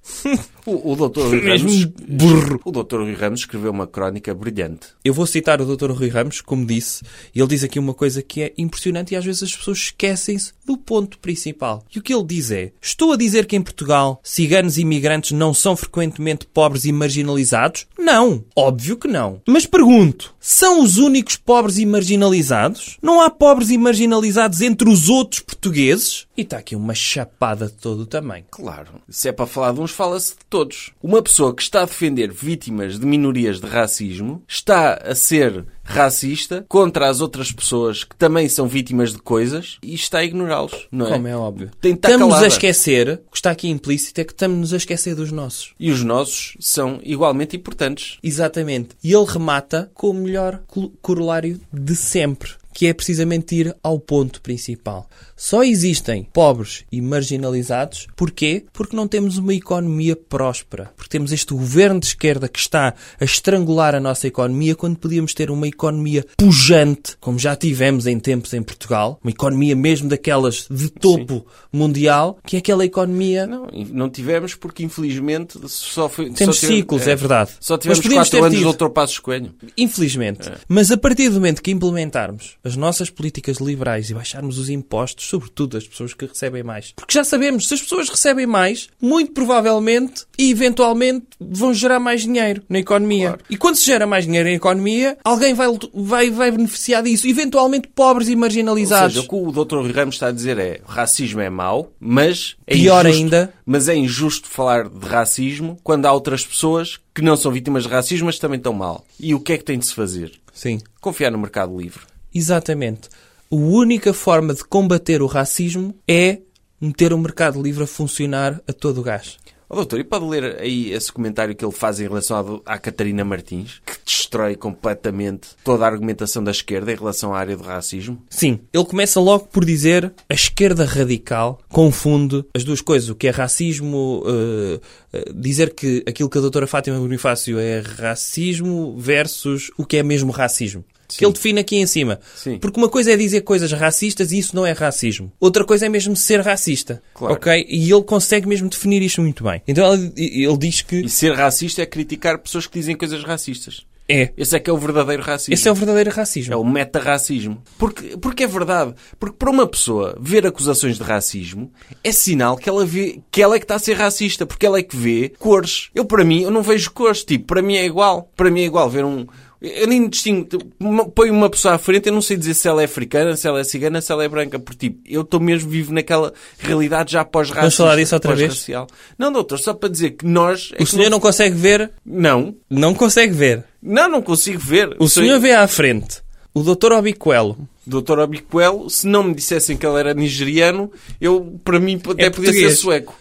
[SPEAKER 2] O, o doutor Rui
[SPEAKER 3] Mesmo
[SPEAKER 2] Ramos...
[SPEAKER 3] burro.
[SPEAKER 2] O doutor Rui Ramos escreveu uma crónica brilhante.
[SPEAKER 3] Eu vou citar o Dr. Rui Ramos, como disse, e ele diz aqui uma coisa que é impressionante e às vezes as pessoas esquecem-se do ponto principal. E o que ele diz é: Estou a dizer que em Portugal ciganos e imigrantes não são frequentemente pobres e marginalizados? Não, óbvio que não. Mas pergunto: são os únicos pobres e marginalizados? Não há pobres e marginalizados entre os outros portugueses? E está aqui uma chapada de todo o tamanho.
[SPEAKER 2] Claro. Se é para falar de uns, fala-se de todos. Uma pessoa que está a defender vítimas de minorias de racismo está a ser racista contra as outras pessoas que também são vítimas de coisas e está a ignorá-los, não é?
[SPEAKER 3] Como é óbvio.
[SPEAKER 2] Tem que estar
[SPEAKER 3] Estamos a
[SPEAKER 2] calada.
[SPEAKER 3] esquecer, o que está aqui implícito é que estamos a esquecer dos nossos.
[SPEAKER 2] E os nossos são igualmente importantes.
[SPEAKER 3] Exatamente. E ele remata com o melhor col- corolário de sempre, que é precisamente ir ao ponto principal. Só existem pobres e marginalizados, porquê? Porque não temos uma economia próspera. Porque temos este governo de esquerda que está a estrangular a nossa economia quando podíamos ter uma economia pujante, como já tivemos em tempos em Portugal, uma economia mesmo daquelas de topo mundial, que é aquela economia
[SPEAKER 2] Não, in- não tivemos porque, infelizmente, só foi...
[SPEAKER 3] Temos
[SPEAKER 2] só tivemos-
[SPEAKER 3] ciclos, é, verdade.
[SPEAKER 2] Só tivemos
[SPEAKER 3] Mas podíamos ter
[SPEAKER 2] quatro anos
[SPEAKER 3] tido.
[SPEAKER 2] de Dr. Passos Coelho.
[SPEAKER 3] Infelizmente.
[SPEAKER 2] É.
[SPEAKER 3] Mas a partir do momento que implementarmos as nossas políticas liberais e baixarmos os impostos, sobretudo das pessoas que recebem mais, porque já sabemos, se as pessoas recebem mais, muito provavelmente e eventualmente vão gerar mais dinheiro na economia. E quando se gera mais dinheiro na economia, alguém vai, vai, vai beneficiar disso. Eventualmente pobres e
[SPEAKER 2] Ou
[SPEAKER 3] marginalizados.
[SPEAKER 2] seja, o que o Dr. Rui Ramos está a dizer é racismo é mau, mas é
[SPEAKER 3] Pior
[SPEAKER 2] injusto,
[SPEAKER 3] ainda.
[SPEAKER 2] Mas é injusto falar de racismo quando há outras pessoas que não são vítimas de racismo, mas também estão mal. E o que é que tem de se fazer?
[SPEAKER 3] Sim.
[SPEAKER 2] Confiar no mercado livre.
[SPEAKER 3] Exatamente. O a única forma de combater o racismo é meter o mercado livre a funcionar a todo o gás.
[SPEAKER 2] Ó, Oh, doutor, e pode ler aí esse comentário que ele faz em relação à do- à Catarina Martins, que destrói completamente toda a argumentação da esquerda em relação à área do racismo?
[SPEAKER 3] Sim, ele começa logo por dizer a esquerda radical confunde as duas coisas, o que é racismo, eh, eh, dizer que aquilo que a doutora Fátima Bonifácio é racismo versus o que é mesmo racismo. Que ele define aqui em cima.
[SPEAKER 2] Sim.
[SPEAKER 3] Porque uma coisa é dizer coisas racistas e isso não é racismo. Outra coisa é mesmo ser racista.
[SPEAKER 2] Claro.
[SPEAKER 3] Ok? E ele consegue mesmo definir isto muito bem. Então ele, ele diz que
[SPEAKER 2] E ser racista é criticar pessoas que dizem coisas racistas.
[SPEAKER 3] é.
[SPEAKER 2] Esse é que é o verdadeiro racismo.
[SPEAKER 3] Esse é o verdadeiro racismo.
[SPEAKER 2] É o meta-racismo. Porque, porque é verdade. Porque para uma pessoa ver acusações de racismo é sinal que ela, vê, que ela é que está a ser racista. Porque ela é que vê cores. Eu, para mim, eu não vejo cores. Tipo, para mim é igual. Para mim é igual ver um... Eu nem distingo. tipo, Uma- Põe uma pessoa à frente, eu não sei dizer se ela é africana, se ela é cigana, se ela é branca. Porque, tipo, eu estou mesmo vivo naquela realidade já pós-racista.
[SPEAKER 3] Vamos falar disso outra vez?
[SPEAKER 2] pós-racial. Não, doutor, só para dizer que nós... é
[SPEAKER 3] O
[SPEAKER 2] que
[SPEAKER 3] senhor não consegue ver?
[SPEAKER 2] Não.
[SPEAKER 3] Não consegue ver.
[SPEAKER 2] Não, não consigo ver.
[SPEAKER 3] O
[SPEAKER 2] Sou-
[SPEAKER 3] senhor vê à frente o Dr. Obiquelo.
[SPEAKER 2] Doutor Obiquelo, se não me dissessem que ele era nigeriano, eu, para mim, até podia ser
[SPEAKER 3] É português.
[SPEAKER 2] sueco.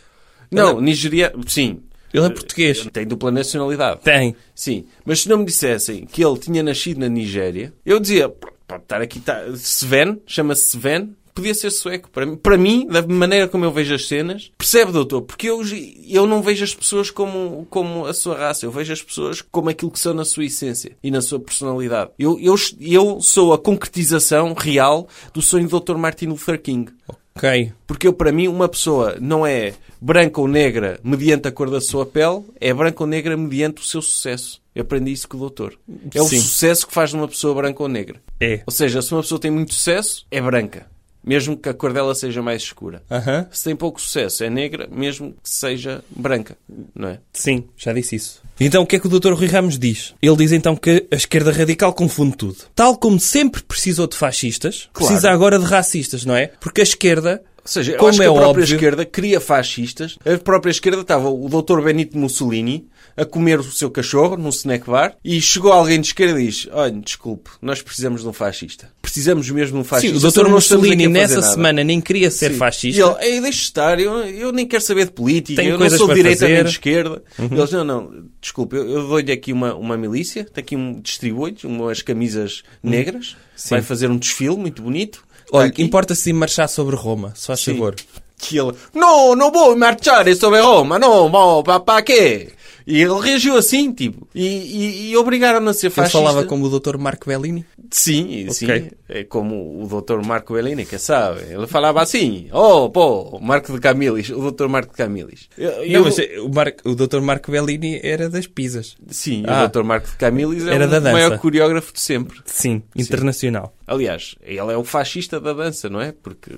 [SPEAKER 2] Não, nigeriano, sim.
[SPEAKER 3] Ele é português.
[SPEAKER 2] Tem dupla nacionalidade.
[SPEAKER 3] Tem.
[SPEAKER 2] Sim. Mas se não me dissessem que ele tinha nascido na Nigéria, eu dizia, "Pá, pode estar aqui, tá, Sven, chama-se Sven, podia ser sueco. Para mim, para mim, da maneira como eu vejo as cenas, percebe, doutor? Porque eu, eu não vejo as pessoas como, como a sua raça, eu vejo as pessoas como aquilo que são na sua essência e na sua personalidade. Eu, eu, eu sou a concretização real do sonho do Dr. Martin Luther King.
[SPEAKER 3] Ok.
[SPEAKER 2] Porque eu, para mim, uma pessoa não é branca ou negra mediante a cor da sua pele, é branca ou negra mediante o seu sucesso. Eu aprendi isso com o doutor. É o
[SPEAKER 3] Sim.
[SPEAKER 2] sucesso que faz de uma pessoa branca ou negra.
[SPEAKER 3] É.
[SPEAKER 2] Ou seja, se uma pessoa tem muito sucesso, é branca. Mesmo que a cor dela seja mais escura.
[SPEAKER 3] Aham.
[SPEAKER 2] Se tem pouco sucesso, é negra, mesmo que seja branca. Não é?
[SPEAKER 3] Sim, já disse isso. Então o que é que o Dr. Rui Ramos diz? Ele diz então que a esquerda radical confunde tudo. Tal como sempre precisou de fascistas,
[SPEAKER 2] Claro.
[SPEAKER 3] precisa agora de racistas, não é? Porque a esquerda,
[SPEAKER 2] Ou seja, eu
[SPEAKER 3] como
[SPEAKER 2] acho
[SPEAKER 3] é
[SPEAKER 2] que a própria
[SPEAKER 3] óbvio,
[SPEAKER 2] esquerda cria fascistas. A própria esquerda estava o doutor Benito Mussolini a comer o seu cachorro num snack bar e chegou alguém de esquerda e diz olha, desculpe, nós precisamos de um fascista. Precisamos mesmo de um
[SPEAKER 3] Sim,
[SPEAKER 2] fascista. senão
[SPEAKER 3] o Dr.
[SPEAKER 2] não estamos
[SPEAKER 3] Mussolini
[SPEAKER 2] aqui a fazer
[SPEAKER 3] nessa
[SPEAKER 2] nada."
[SPEAKER 3] semana nem queria ser
[SPEAKER 2] Sim.
[SPEAKER 3] fascista.
[SPEAKER 2] E ele, "Ei, deixa estar, eu, eu nem quero saber de política,
[SPEAKER 3] Tenho
[SPEAKER 2] eu não
[SPEAKER 3] coisas
[SPEAKER 2] sou de
[SPEAKER 3] para
[SPEAKER 2] direita nem
[SPEAKER 3] fazer." Uhum.
[SPEAKER 2] de esquerda. Eles, não, não, desculpe, eu, eu dou-lhe aqui uma, uma milícia, tem aqui um, distribui-lhe umas camisas negras, vai fazer um desfile muito bonito. Está
[SPEAKER 3] Uhum. Olha,
[SPEAKER 2] aqui."
[SPEAKER 3] importa-se de marchar sobre Roma, só faz
[SPEAKER 2] Sim.
[SPEAKER 3] favor.
[SPEAKER 2] Que ele, não, não vou marchar sobre Roma, não, bom, para, para quê? E ele reagiu assim, tipo, e, e, e obrigaram-no a ser
[SPEAKER 3] Ele
[SPEAKER 2] fascista.
[SPEAKER 3] falava como o Dr. Marco Bellini.
[SPEAKER 2] Sim, sim,
[SPEAKER 3] Ok.
[SPEAKER 2] é como o Dr. Marco Bellini, que sabe, ele falava assim, oh, pô, Marco de Camilis, o Dr. Marco de Camilis. Eu, eu-
[SPEAKER 3] Não, mas eh, o, Mar... o Dr. Marco Bellini era das pisas.
[SPEAKER 2] Sim,
[SPEAKER 3] Ah.
[SPEAKER 2] o Dr. Marco de Camilis é
[SPEAKER 3] Era
[SPEAKER 2] o
[SPEAKER 3] da dança.
[SPEAKER 2] maior coreógrafo de sempre.
[SPEAKER 3] Sim, internacional.
[SPEAKER 2] Aliás, ele é o fascista da dança, não é? Porque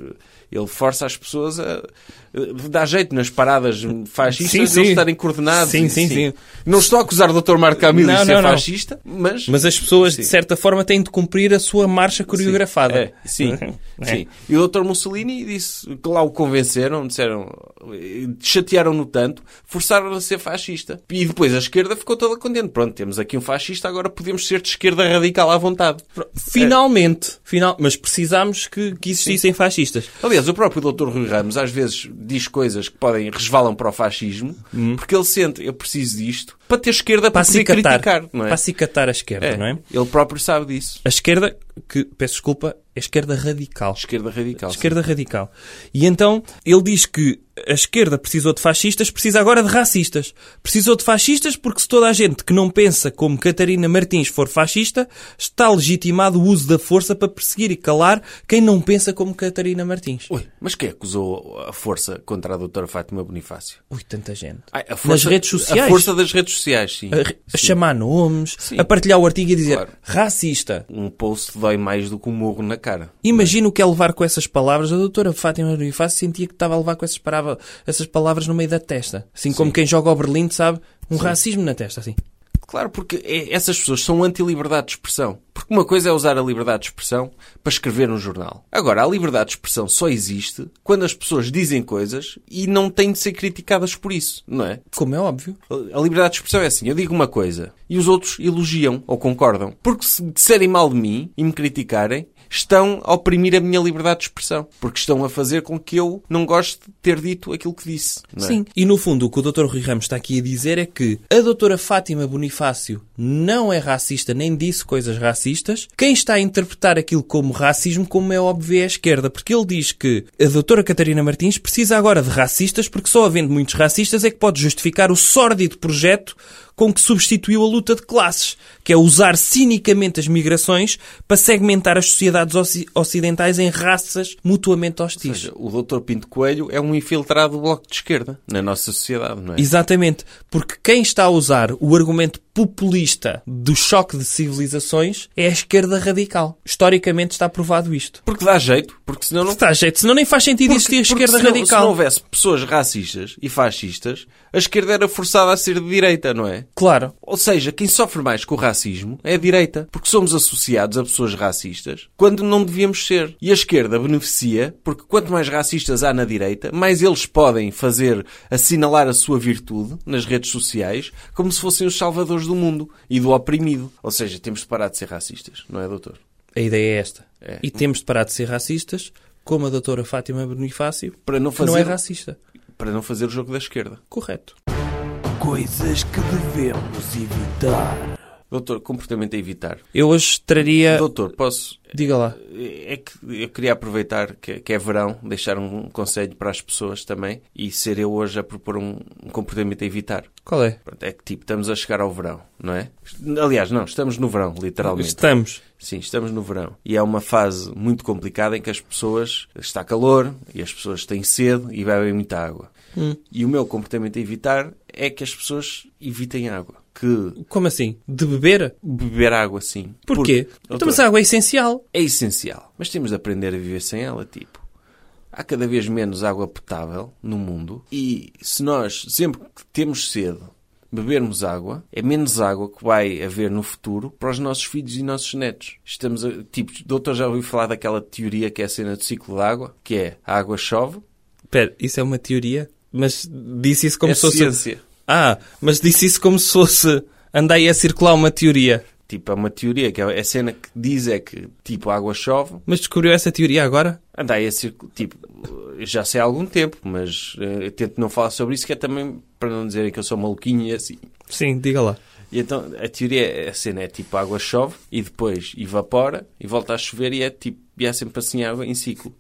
[SPEAKER 2] ele força as pessoas a a dar jeito nas paradas fascistas
[SPEAKER 3] Sim,
[SPEAKER 2] eles
[SPEAKER 3] sim.
[SPEAKER 2] estarem coordenados.
[SPEAKER 3] Sim,
[SPEAKER 2] e
[SPEAKER 3] sim,
[SPEAKER 2] assim.
[SPEAKER 3] sim.
[SPEAKER 2] Não estou a acusar o Dr. Marco Camilo
[SPEAKER 3] Não,
[SPEAKER 2] de ser
[SPEAKER 3] não, não.
[SPEAKER 2] fascista, mas...
[SPEAKER 3] Mas as pessoas, de
[SPEAKER 2] Sim.
[SPEAKER 3] certa forma, têm de cumprir a sua marcha coreografada.
[SPEAKER 2] É, sim,
[SPEAKER 3] É.
[SPEAKER 2] sim. E o Dr. Mussolini disse que lá o convenceram, disseram, eh, chatearam-no tanto, forçaram-no a ser fascista. E depois a esquerda ficou toda contente. Pronto, temos aqui um fascista, agora podemos ser de esquerda radical à vontade.
[SPEAKER 3] É. Finalmente, final, mas precisámos que, que existissem fascistas.
[SPEAKER 2] Aliás, o próprio Dr. Rui Ramos às vezes diz coisas que podem resvalam para o fascismo, porque ele sente, eu preciso disto, para ter esquerda
[SPEAKER 3] Hum. Para
[SPEAKER 2] para, poder
[SPEAKER 3] acicatar,
[SPEAKER 2] criticar, não é?
[SPEAKER 3] para acicatar a esquerda,
[SPEAKER 2] É,
[SPEAKER 3] não é?
[SPEAKER 2] Ele próprio sabe disso.
[SPEAKER 3] A esquerda, que, peço desculpa, é a esquerda radical.
[SPEAKER 2] Esquerda radical.
[SPEAKER 3] Esquerda radical. E então ele diz que a esquerda precisou de fascistas, precisa agora de racistas. Precisou de fascistas porque se toda a gente que não pensa como Catarina Martins for fascista, está legitimado o uso da força para perseguir e calar quem não pensa como Catarina Martins.
[SPEAKER 2] Ui, mas quem acusou a força contra a doutora Fátima Bonifácio?
[SPEAKER 3] Ui, tanta gente.
[SPEAKER 2] Ai, a força-
[SPEAKER 3] redes sociais?
[SPEAKER 2] A força das redes sociais, sim.
[SPEAKER 3] A, re- a chamar nomes,
[SPEAKER 2] Sim.
[SPEAKER 3] a partilhar o artigo e a dizer
[SPEAKER 2] Claro.
[SPEAKER 3] racista.
[SPEAKER 2] Um post dói mais do que um morro na cara.
[SPEAKER 3] Imagino o que é levar com essas palavras. A doutora Fátima Bonifácio sentia que estava a levar com essas, parava- essas palavras no meio da testa. Assim como quem joga ao Berlim, sabe? Um racismo na testa, assim.
[SPEAKER 2] Claro, porque é- essas pessoas são anti-liberdade de expressão. Porque Porque uma coisa é usar a liberdade de expressão para escrever um jornal. Agora, a liberdade de expressão só existe quando as pessoas dizem coisas e não têm de ser criticadas por isso, não é?
[SPEAKER 3] Como é óbvio.
[SPEAKER 2] A liberdade de expressão é assim: eu digo uma coisa e os outros elogiam ou concordam. Porque se disserem mal de mim e me criticarem, estão a oprimir a minha liberdade de expressão. Porque estão a fazer com que eu não goste de ter dito aquilo que disse. não é?
[SPEAKER 3] Sim. E no fundo, o que o Dr. Rui Ramos está aqui a dizer é que a Dra Fátima Bonifácio não é racista nem disse coisas racistas. Quem está a interpretar aquilo como racismo, como é óbvio, é a esquerda, porque ele diz que a Dra Catarina Martins precisa agora de racistas, porque só havendo muitos racistas é que pode justificar o sórdido projeto com que substituiu a luta de classes, que é usar cinicamente as migrações para segmentar as sociedades oci- ocidentais em raças mutuamente
[SPEAKER 2] Ou
[SPEAKER 3] hostis.
[SPEAKER 2] seja, o Dr. Pinto Coelho é um infiltrado do Bloco de Esquerda na nossa sociedade, não é?
[SPEAKER 3] Exatamente, porque quem está a usar o argumento populista do choque de civilizações é a esquerda radical. Historicamente está provado isto.
[SPEAKER 2] Porque dá jeito, porque senão não
[SPEAKER 3] Está a jeito, senão nem faz sentido existir a
[SPEAKER 2] Porque
[SPEAKER 3] esquerda
[SPEAKER 2] se não, Se não
[SPEAKER 3] radical.
[SPEAKER 2] houvesse pessoas racistas e fascistas, a esquerda era forçada a ser de direita, não é?
[SPEAKER 3] Claro.
[SPEAKER 2] Ou seja, quem sofre mais com o racismo é a direita, porque somos associados a pessoas racistas quando não devíamos ser. E a esquerda beneficia, porque quanto mais racistas há na direita, mais eles podem fazer assinalar a sua virtude nas redes sociais, como se fossem os salvadores do mundo e do oprimido. Ou seja, temos de parar de ser racistas, não é, doutor?
[SPEAKER 3] A ideia é esta.
[SPEAKER 2] É.
[SPEAKER 3] E temos de parar de ser racistas, como a doutora Fátima Bonifácio,
[SPEAKER 2] Para não
[SPEAKER 3] que não é
[SPEAKER 2] fazer,
[SPEAKER 3] racista.
[SPEAKER 2] para não fazer o jogo da esquerda.
[SPEAKER 3] Correto.
[SPEAKER 1] Coisas que devemos evitar.
[SPEAKER 2] Doutor, comportamento a evitar.
[SPEAKER 3] Eu hoje traria...
[SPEAKER 2] Doutor, posso.
[SPEAKER 3] Diga lá.
[SPEAKER 2] É que eu queria aproveitar que, que é verão, deixar um conselho para as pessoas também e ser eu hoje a propor um, um comportamento a evitar.
[SPEAKER 3] Qual é?
[SPEAKER 2] Pronto, é que tipo, estamos a chegar ao verão, não é? Aliás, não, estamos no verão, literalmente.
[SPEAKER 3] Estamos.
[SPEAKER 2] Sim, estamos no verão. E é uma fase muito complicada em que as pessoas. Está calor e as pessoas têm sede e bebem muita água. E o meu comportamento a evitar é que as pessoas evitem água. Que
[SPEAKER 3] Como assim? De beber?
[SPEAKER 2] beber água, sim.
[SPEAKER 3] Porquê?
[SPEAKER 2] Porque-
[SPEAKER 3] então, mas a água é essencial.
[SPEAKER 2] é essencial, mas temos de aprender a viver sem ela, tipo. Há cada vez menos água potável no mundo e se nós, sempre que temos sede, bebermos água, é menos água que vai haver no futuro para os nossos filhos e nossos netos. Estamos a, tipo, o doutor já ouviu falar daquela teoria que é a cena do ciclo da água, que é a água chove,
[SPEAKER 3] Espera, isso é uma teoria? Mas disse isso como
[SPEAKER 2] é
[SPEAKER 3] se fosse...
[SPEAKER 2] ciência.
[SPEAKER 3] Ah, mas disse isso como se fosse... Andai a circular uma teoria.
[SPEAKER 2] Tipo, é uma teoria, que é a cena que diz é que, tipo, a água chove,
[SPEAKER 3] Mas descobriu essa teoria agora?
[SPEAKER 2] Andai a circular, tipo, eu já sei há algum tempo, mas eh, eu tento não falar sobre isso, que é também para não dizerem que eu sou maluquinho e assim.
[SPEAKER 3] Sim, diga lá.
[SPEAKER 2] E então, a teoria é a cena, é tipo, a água chove e depois evapora e volta a chover e é tipo, e é sempre assim água em ciclo.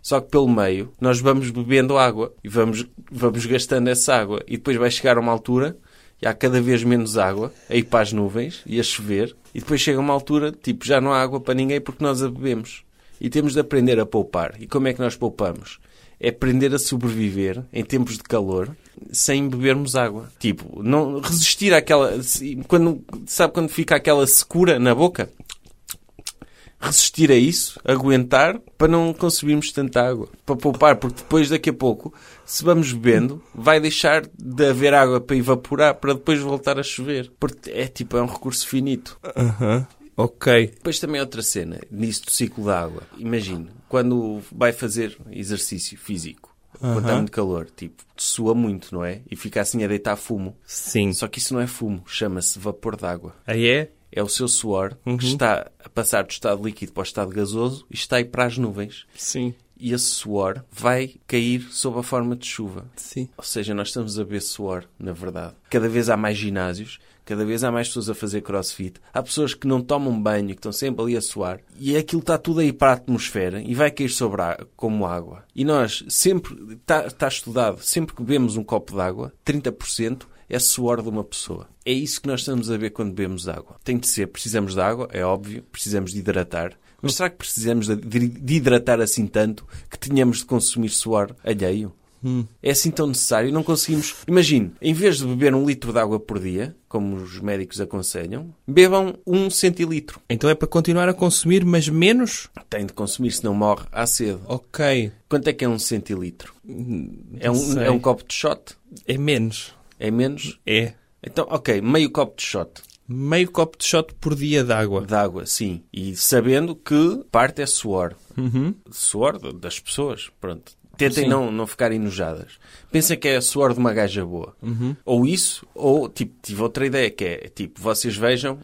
[SPEAKER 2] Só que pelo meio, nós vamos bebendo água e vamos, vamos gastando essa água e depois vai chegar a uma altura e há cada vez menos água a ir para as nuvens e a chover e depois chega uma altura, tipo, já não há água para ninguém porque nós a bebemos. E temos de aprender a poupar. E como é que nós poupamos? É aprender a sobreviver em tempos de calor sem bebermos água. Tipo, não resistir àquela. se- Quando, sabe quando fica aquela secura na boca? Resistir a isso, aguentar, para não consumirmos tanta água. Para poupar, porque depois, daqui a pouco, se vamos bebendo, vai deixar de haver água para evaporar, para depois voltar a chover. Porque é tipo, é um recurso finito.
[SPEAKER 3] Aham. Ok.
[SPEAKER 2] Depois também outra cena, nisso do ciclo da água. Imagino, quando vai fazer exercício físico, quando está muito calor, tipo, sua muito, não é? E fica assim a deitar fumo.
[SPEAKER 3] Sim.
[SPEAKER 2] Só que isso não é fumo, chama-se vapor d'água.
[SPEAKER 3] Aí é?
[SPEAKER 2] É o seu suor que está a passar do estado líquido para o estado gasoso e está a ir para as nuvens.
[SPEAKER 3] Sim.
[SPEAKER 2] E esse suor vai cair sob a forma de chuva.
[SPEAKER 3] Sim.
[SPEAKER 2] Ou seja, nós estamos a ver suor, na verdade. Cada vez há mais ginásios, cada vez há mais pessoas a fazer crossfit, há pessoas que não tomam banho, que estão sempre ali a suar, e aquilo está tudo aí para a atmosfera e vai cair sobre a, como água. E nós, sempre, está está estudado, sempre que bebemos um copo de água, 30% é suor de uma pessoa. É isso que nós estamos a ver quando bebemos água. Tem de ser, precisamos de água, é óbvio, precisamos de hidratar. Mas será que precisamos de- de hidratar assim tanto que tenhamos de consumir suor alheio? É assim tão necessário, não conseguimos. Imagine, em vez de beber um litro de água por dia, como os médicos aconselham, bebam um centilitro.
[SPEAKER 3] Então é para continuar a consumir, mas menos?
[SPEAKER 2] Tem de consumir, senão morre à sede.
[SPEAKER 3] Ok.
[SPEAKER 2] Quanto é que é um centilitro? É um,
[SPEAKER 3] sei.
[SPEAKER 2] é um copo de shot?
[SPEAKER 3] É menos.
[SPEAKER 2] É menos?
[SPEAKER 3] É.
[SPEAKER 2] Então, ok, meio copo de shot.
[SPEAKER 3] Meio copo de shot por dia de água.
[SPEAKER 2] De água, sim. E sabendo que parte é suor. Suor de- das pessoas, pronto. Tentem
[SPEAKER 3] Uhum. Sim.
[SPEAKER 2] não, não ficar enojadas. Pensem que é suor de uma gaja boa.
[SPEAKER 3] Uhum.
[SPEAKER 2] Ou isso, ou, tipo, tive outra ideia que é, tipo, vocês vejam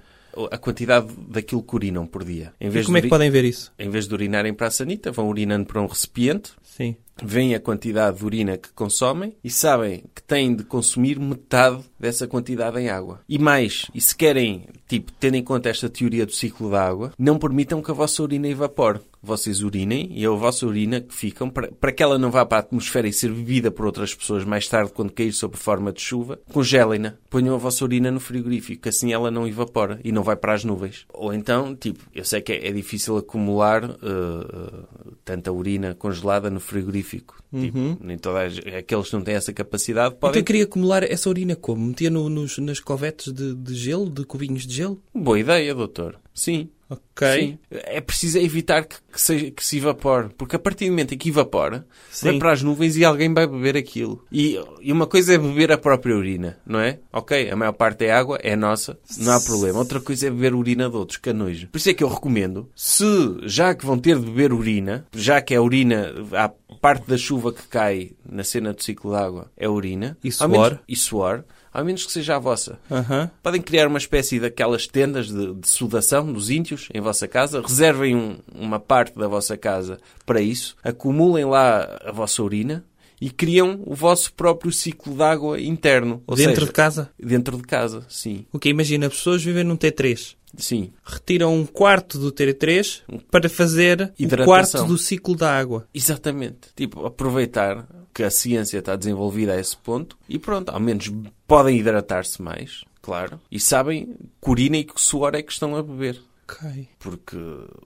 [SPEAKER 2] a quantidade daquilo que urinam por dia. Em
[SPEAKER 3] E
[SPEAKER 2] vez,
[SPEAKER 3] como é
[SPEAKER 2] de,
[SPEAKER 3] que
[SPEAKER 2] uri-
[SPEAKER 3] podem ver isso?
[SPEAKER 2] em vez de urinarem para a sanita, vão urinando para um recipiente
[SPEAKER 3] Sim.
[SPEAKER 2] veem a quantidade de urina que consomem e sabem que têm de consumir metade dessa quantidade em água. E mais, e se querem, tipo, tendo em conta esta teoria do ciclo da água, não permitam que a vossa urina evapore. Vocês urinem e é a vossa urina que ficam para, para que ela não vá para a atmosfera e ser bebida por outras pessoas mais tarde quando cair sob forma de chuva, congelem-na, ponham a vossa urina no frigorífico, que assim ela não evapora e não vai para as nuvens. Ou então, tipo, eu sei que é, é difícil acumular eh, eh, tanta urina congelada no frigorífico. Tipo, nem toda a ge- aqueles que não têm essa capacidade
[SPEAKER 3] Então
[SPEAKER 2] podem.
[SPEAKER 3] eu queria acumular essa urina como? Metia no- nos, nas covetes de, de gelo, de cubinhos de gelo?
[SPEAKER 2] Boa ideia, doutor. Sim.
[SPEAKER 3] Ok.
[SPEAKER 2] Sim. É preciso evitar que, que seja- que se evapore, porque a partir do momento em que evapora, vai
[SPEAKER 3] Sim.
[SPEAKER 2] para as nuvens e alguém vai beber aquilo. E, e uma coisa é beber a própria urina, não é? Ok, a maior parte é água, é nossa, não há problema. Outra coisa é beber urina de outros, que é nojo. Por isso é que eu recomendo, se já que vão ter de beber urina, já que a urina, a parte da chuva que cai na cena do ciclo de água é urina,
[SPEAKER 3] E
[SPEAKER 2] ao menos-
[SPEAKER 3] suor.
[SPEAKER 2] e suor, ao menos que seja a vossa.
[SPEAKER 3] Aham.
[SPEAKER 2] Podem criar uma espécie daquelas tendas de, de sudação dos índios em vossa casa. Reservem um- uma parte da vossa casa para isso. Acumulem lá a vossa urina e criam o vosso próprio ciclo de água interno. Ou
[SPEAKER 3] Dentro
[SPEAKER 2] seja,
[SPEAKER 3] de casa?
[SPEAKER 2] Dentro de casa, sim.
[SPEAKER 3] O que imagina, pessoas vivem num T3.
[SPEAKER 2] Sim.
[SPEAKER 3] Retiram um quarto do T3 para fazer um
[SPEAKER 2] Hidratação.
[SPEAKER 3] quarto do ciclo da água.
[SPEAKER 2] Exatamente. Tipo, aproveitar que a ciência está desenvolvida a esse ponto e pronto, ao menos podem hidratar-se mais, claro. E sabem que urina e que suor é que estão a beber.
[SPEAKER 3] Ok.
[SPEAKER 2] porque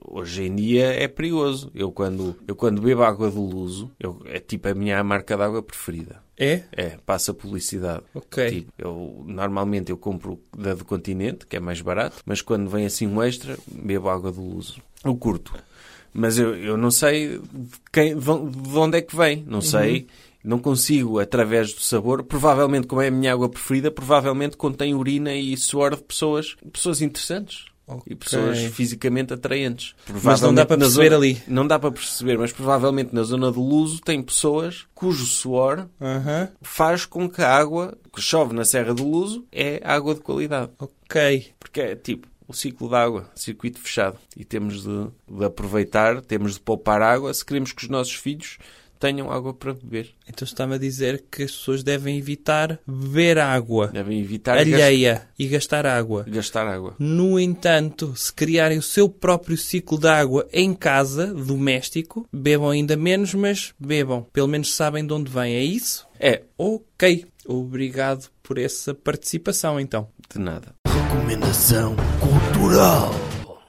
[SPEAKER 2] hoje em dia é perigoso. Eu quando, eu quando bebo água do Luso, eu- é tipo a minha marca de água preferida.
[SPEAKER 3] É?
[SPEAKER 2] É, passa publicidade.
[SPEAKER 3] Ok.
[SPEAKER 2] Tipo, eu, normalmente eu compro da do Continente, que é mais barato, mas quando vem assim um extra, bebo água do Luso. Eu curto. Mas eu, eu não sei de, quem, de on- de onde é que vem.
[SPEAKER 3] Uhum.
[SPEAKER 2] Não sei. Não consigo, através do sabor, provavelmente, como é a minha água preferida, provavelmente contém urina e suor de pessoas, pessoas interessantes.
[SPEAKER 3] Ok.
[SPEAKER 2] E pessoas fisicamente atraentes.
[SPEAKER 3] Mas não dá
[SPEAKER 2] Provavelmente na
[SPEAKER 3] para perceber
[SPEAKER 2] zona-
[SPEAKER 3] ali.
[SPEAKER 2] Não dá para perceber, mas provavelmente na zona do Luso tem pessoas cujo suor
[SPEAKER 3] Aham.
[SPEAKER 2] faz com que a água que chove na Serra do Luso é água de qualidade.
[SPEAKER 3] Ok.
[SPEAKER 2] Porque é tipo o ciclo da água, circuito fechado. E temos de, de aproveitar, temos de poupar água se queremos que os nossos filhos tenham água para beber.
[SPEAKER 3] Então está-me a dizer que as pessoas devem evitar beber água
[SPEAKER 2] Devem evitar gas-
[SPEAKER 3] alheia e gastar água.
[SPEAKER 2] gastar água.
[SPEAKER 3] No entanto, se criarem o seu próprio ciclo de água em casa, doméstico, bebam ainda menos, mas bebam. Pelo menos sabem de onde vem, é isso?
[SPEAKER 2] É,
[SPEAKER 3] Ok. Obrigado por essa participação, então.
[SPEAKER 2] de nada.
[SPEAKER 1] Recomendação cultural.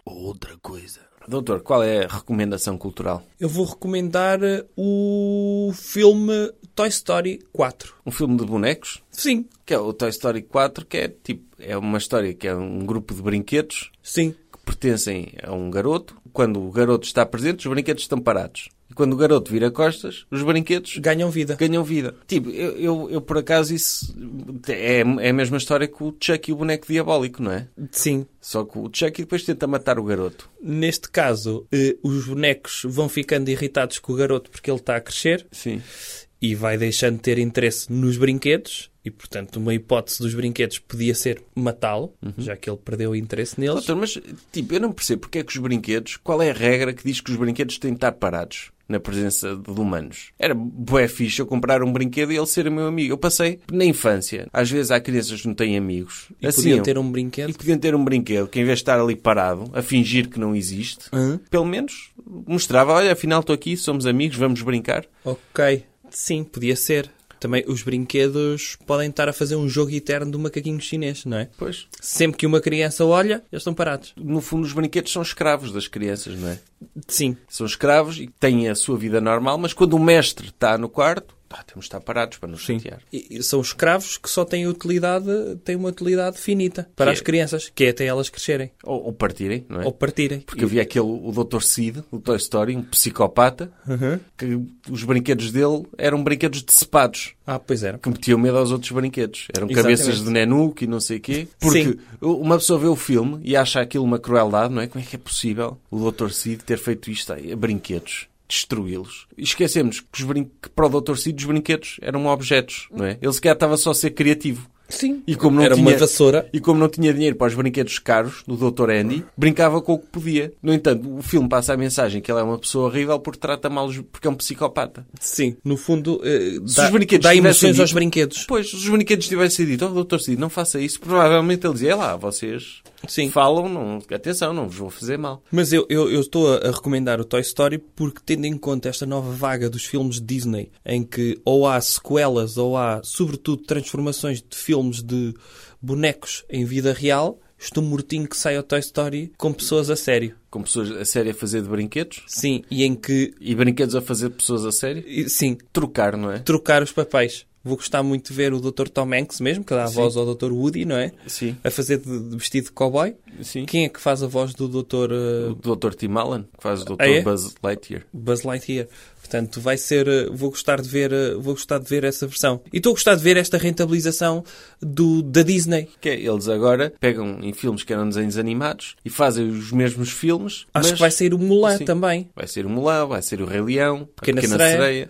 [SPEAKER 1] Ou outra coisa.
[SPEAKER 2] Doutor, qual é a recomendação cultural?
[SPEAKER 3] Eu vou recomendar eh, o filme Toy Story 4.
[SPEAKER 2] Um filme de bonecos?
[SPEAKER 3] Sim,
[SPEAKER 2] Que é o Toy Story 4, que é tipo, é uma história que é um grupo de brinquedos
[SPEAKER 3] sim.
[SPEAKER 2] que pertencem a um garoto. Quando o garoto está presente, os brinquedos estão parados. E quando o garoto vira costas, os brinquedos
[SPEAKER 3] Ganham vida.
[SPEAKER 2] ganham vida. Tipo, eu, eu, eu, por acaso isso é, é a mesma história que o Chuck e o boneco diabólico, não é?
[SPEAKER 3] Sim.
[SPEAKER 2] Só que o Chuck depois tenta matar o garoto.
[SPEAKER 3] Neste caso, eh, os bonecos vão ficando irritados com o garoto porque ele está a crescer.
[SPEAKER 2] Sim.
[SPEAKER 3] e vai deixando de ter interesse nos brinquedos. E, portanto, uma hipótese dos brinquedos podia ser matá-lo, já que ele perdeu o interesse neles.
[SPEAKER 2] Doutor, mas tipo, eu não percebo porque é que os brinquedos, qual é a regra que diz que os brinquedos têm de estar parados na presença de humanos? Era bué fixe eu comprar um brinquedo e ele ser meu amigo. Eu passei na infância. Às vezes há crianças que não têm amigos.
[SPEAKER 3] E
[SPEAKER 2] assim,
[SPEAKER 3] podiam ter um brinquedo.
[SPEAKER 2] E podiam ter um brinquedo que em vez de estar ali parado, a fingir que não existe,
[SPEAKER 3] Hã?
[SPEAKER 2] pelo menos mostrava, olha, afinal estou aqui, somos amigos, vamos brincar.
[SPEAKER 3] Ok. Sim, podia ser. Também os brinquedos podem estar a fazer um jogo eterno do macaquinho chinês, não é?
[SPEAKER 2] Pois,
[SPEAKER 3] Sempre que uma criança olha, eles estão parados.
[SPEAKER 2] no fundo os brinquedos são escravos das crianças, não é?
[SPEAKER 3] Sim.
[SPEAKER 2] são escravos e têm a sua vida normal, mas quando o mestre está no quarto, pá, temos de estar parados para nos
[SPEAKER 4] Sim.
[SPEAKER 2] chatear.
[SPEAKER 3] E- e são escravos que só têm utilidade, têm uma utilidade finita para
[SPEAKER 2] Que
[SPEAKER 3] as
[SPEAKER 2] é-
[SPEAKER 3] crianças, que é até elas crescerem
[SPEAKER 2] Ou, ou partirem, não é?
[SPEAKER 3] ou partirem.
[SPEAKER 2] Porque havia aquele, o Dr. Sid, o Toy Story, um psicopata, que os brinquedos dele eram brinquedos decepados.
[SPEAKER 3] Ah, pois era.
[SPEAKER 2] que metiam medo aos outros brinquedos. Eram
[SPEAKER 3] Exatamente.
[SPEAKER 2] cabeças de nenuco e não sei o quê. Porque
[SPEAKER 3] Sim.
[SPEAKER 2] uma pessoa vê o filme e acha aquilo uma crueldade, não é? Como é que é possível o Dr. Cid ter feito isto a brinquedos? Destruí-los. E Esquecemos que, os brin- que para o Dr. Cid os brinquedos eram objetos, não é? Ele sequer estava só a ser criativo.
[SPEAKER 3] Sim.
[SPEAKER 2] E como não
[SPEAKER 3] era
[SPEAKER 2] tinha...
[SPEAKER 3] uma vassoura.
[SPEAKER 2] E como não tinha dinheiro para os brinquedos caros do Dr. Andy, brincava com o que podia. No entanto, o filme passa a mensagem que ele é uma pessoa horrível porque trata mal os... porque é um psicopata.
[SPEAKER 3] Sim. No fundo, eh,
[SPEAKER 2] Se
[SPEAKER 3] dá,
[SPEAKER 2] os brinquedos
[SPEAKER 3] dá
[SPEAKER 2] tivessem
[SPEAKER 3] emoções
[SPEAKER 2] dito-
[SPEAKER 3] aos brinquedos.
[SPEAKER 2] Pois, se os brinquedos tivessem dito, oh, doutor Cid, não faça isso, provavelmente ele dizia, é lá, vocês
[SPEAKER 3] Sim.
[SPEAKER 2] falam, não, atenção, não vos vou fazer mal.
[SPEAKER 3] Mas eu eu- eu estou a- a recomendar o Toy Story porque, tendo em conta esta nova vaga dos filmes Disney, em que ou há sequelas ou há, sobretudo, transformações de filmes de bonecos em vida real, estou mortinho que saia o Toy Story com pessoas a sério.
[SPEAKER 2] Com pessoas a sério a fazer de brinquedos
[SPEAKER 3] Sim, e em que,
[SPEAKER 2] e brinquedos a fazer de pessoas a sério.
[SPEAKER 3] e- sim,
[SPEAKER 2] Trocar, não é?
[SPEAKER 3] trocar os papéis. Vou gostar muito de ver o Dr. Tom Hanks mesmo, que dá a voz ao Dr. Woody, não é?
[SPEAKER 2] Sim.
[SPEAKER 3] A fazer de, de vestido de cowboy.
[SPEAKER 2] Sim.
[SPEAKER 3] Quem é que faz a voz do Dr. eh,
[SPEAKER 2] é O doutor Tim Allen, que faz o doutor
[SPEAKER 3] Ah, é?
[SPEAKER 2] Buzz Lightyear.
[SPEAKER 3] Buzz Lightyear. Portanto, vai ser, eh, vou gostar de ver, eh, vou gostar de ver essa versão. E estou a gostar de ver esta rentabilização do da Disney.
[SPEAKER 2] Que é, eles agora pegam em filmes que eram desenhos animados e fazem os mesmos filmes.
[SPEAKER 3] Acho
[SPEAKER 2] mas
[SPEAKER 3] que vai sair o Mulan
[SPEAKER 2] Sim.
[SPEAKER 3] também.
[SPEAKER 2] Vai ser o Mulá, vai ser o Rei Leão,
[SPEAKER 3] Pequena
[SPEAKER 2] a Pequena
[SPEAKER 3] Sereia.
[SPEAKER 2] Sereia.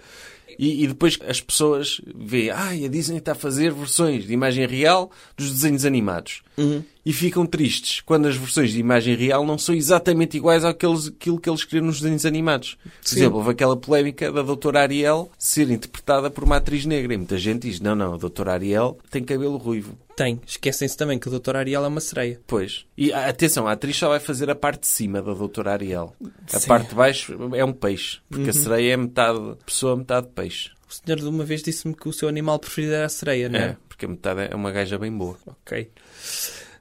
[SPEAKER 2] E, e depois as pessoas veem, ai, a Disney está a fazer versões de imagem real dos desenhos animados.
[SPEAKER 3] Uhum.
[SPEAKER 2] E ficam tristes quando as versões de imagem real não são exatamente iguais àqueles, àquilo que eles queriam nos desenhos animados. Por exemplo, houve aquela polémica da Doutora Ariel ser interpretada por uma atriz negra. E muita gente diz, não, não, a Doutora Ariel tem cabelo ruivo.
[SPEAKER 3] Tem. Esquecem-se também que o Dr. Ariel é uma sereia.
[SPEAKER 2] Pois. E a- atenção, a atriz só vai fazer a parte de cima da doutora Ariel. A parte de baixo é um peixe. Porque
[SPEAKER 3] Uhum.
[SPEAKER 2] a sereia é metade pessoa, metade peixe.
[SPEAKER 3] O senhor de uma vez disse-me que o seu animal preferido era a sereia, não é?
[SPEAKER 2] É, porque a metade é uma gaja bem boa.
[SPEAKER 3] Ok.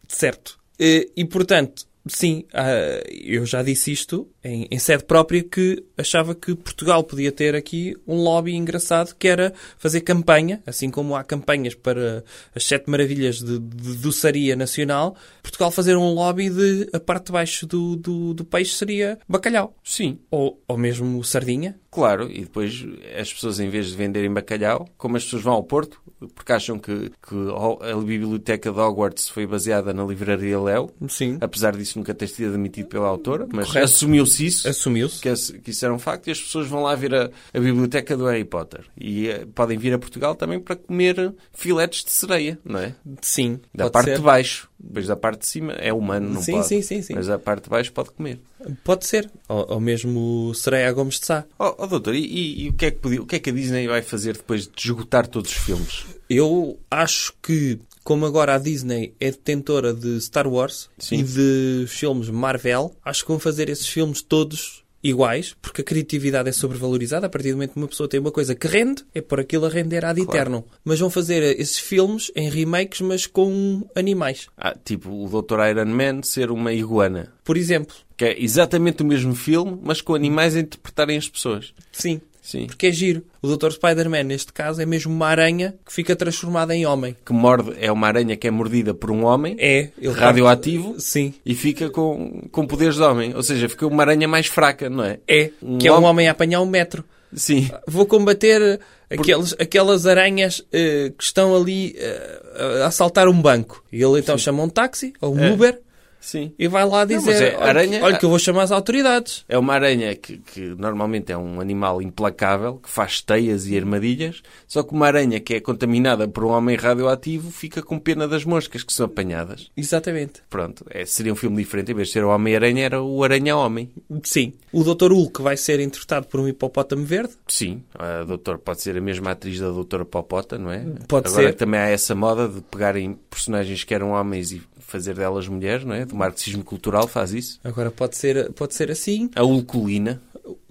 [SPEAKER 3] Certo. Eh, E, portanto, sim, ah, eu já disse isto em, em sede própria que achava que Portugal podia ter aqui um lobby engraçado que era fazer campanha, assim como há campanhas para as sete maravilhas de, de doçaria nacional, Portugal fazer um lobby de a parte de baixo do, do, do peixe seria bacalhau.
[SPEAKER 2] Sim.
[SPEAKER 3] Ou, ou mesmo sardinha.
[SPEAKER 2] Claro, e depois as pessoas, em vez de venderem bacalhau, como as pessoas vão ao Porto, porque acham que, que Ho- a biblioteca de Hogwarts foi baseada na livraria Léo,
[SPEAKER 3] Sim.
[SPEAKER 2] apesar disso nunca ter sido admitido pela autora, mas
[SPEAKER 3] Correto.
[SPEAKER 2] assumiu-se isso.
[SPEAKER 3] Assumiu-se.
[SPEAKER 2] que, esse- que isso era um facto e as pessoas vão lá ver a, a biblioteca do Harry Potter. E eh, podem vir a Portugal também para comer filetes de sereia, não é?
[SPEAKER 3] Sim.
[SPEAKER 2] Da
[SPEAKER 3] pode
[SPEAKER 2] parte
[SPEAKER 3] ser.
[SPEAKER 2] de baixo. Depois da parte de cima é humano, não
[SPEAKER 3] Sim,
[SPEAKER 2] pode.
[SPEAKER 3] sim, sim, sim.
[SPEAKER 2] Mas da parte de baixo pode comer.
[SPEAKER 3] Pode ser. Ou, ou mesmo sereia a Gomes de Sá.
[SPEAKER 2] Oh, oh, doutor, e, e- e o, que é que podia- o que é que a Disney vai fazer depois de esgotar todos os filmes?
[SPEAKER 3] Eu acho que, como agora a Disney é detentora de Star Wars e de filmes Marvel, acho que vão fazer esses filmes todos iguais, porque a criatividade é sobrevalorizada. A partir do momento que uma pessoa tem uma coisa que rende, é por aquilo a render ad eternum. Mas vão fazer esses filmes em remakes, mas com animais.
[SPEAKER 2] Ah, tipo, o doutor Iron Man ser uma iguana.
[SPEAKER 3] Por exemplo,
[SPEAKER 2] Que é exatamente o mesmo filme, mas com animais a interpretarem as pessoas.
[SPEAKER 3] sim.
[SPEAKER 2] Sim.
[SPEAKER 3] Porque é giro. O Dr. Spider-Man, neste caso, é mesmo uma aranha que fica transformada em homem.
[SPEAKER 2] Que morde, é uma aranha que é mordida por um homem.
[SPEAKER 3] É. ele-
[SPEAKER 2] Radioativo?
[SPEAKER 3] Sim.
[SPEAKER 2] e fica com, com poderes de homem. Ou seja, fica uma aranha mais fraca, não é?
[SPEAKER 3] É.
[SPEAKER 2] Um
[SPEAKER 3] que é um
[SPEAKER 2] homem-
[SPEAKER 3] homem a apanhar um metro.
[SPEAKER 2] Sim.
[SPEAKER 3] Vou combater aqueles, aquelas aranhas eh, que estão ali eh, a assaltar um banco. E ele então chama um táxi ou um Uber
[SPEAKER 2] Sim.
[SPEAKER 3] e vai lá dizer:
[SPEAKER 2] É. mas é
[SPEAKER 3] olha,
[SPEAKER 2] aranha-
[SPEAKER 3] que- olha que eu vou chamar as autoridades.
[SPEAKER 2] É uma aranha que, que normalmente é um animal implacável, que faz teias e armadilhas, só que uma aranha que é contaminada por um homem radioativo fica com pena das moscas que são apanhadas.
[SPEAKER 3] Exatamente.
[SPEAKER 2] Pronto, é, seria um filme diferente. Em vez de ser o Homem-Aranha, era o Aranha-Homem.
[SPEAKER 3] Sim. O Dr. Hulk vai ser interpretado por um hipopótamo verde.
[SPEAKER 2] Sim, a doutora pode ser a mesma atriz da doutora Popota, não é?
[SPEAKER 3] Pode
[SPEAKER 2] Agora
[SPEAKER 3] ser.
[SPEAKER 2] também há essa moda de pegarem personagens que eram homens e fazer delas mulheres, não é? Do marxismo cultural faz isso.
[SPEAKER 3] Agora pode ser, pode ser assim.
[SPEAKER 2] A Ulculina.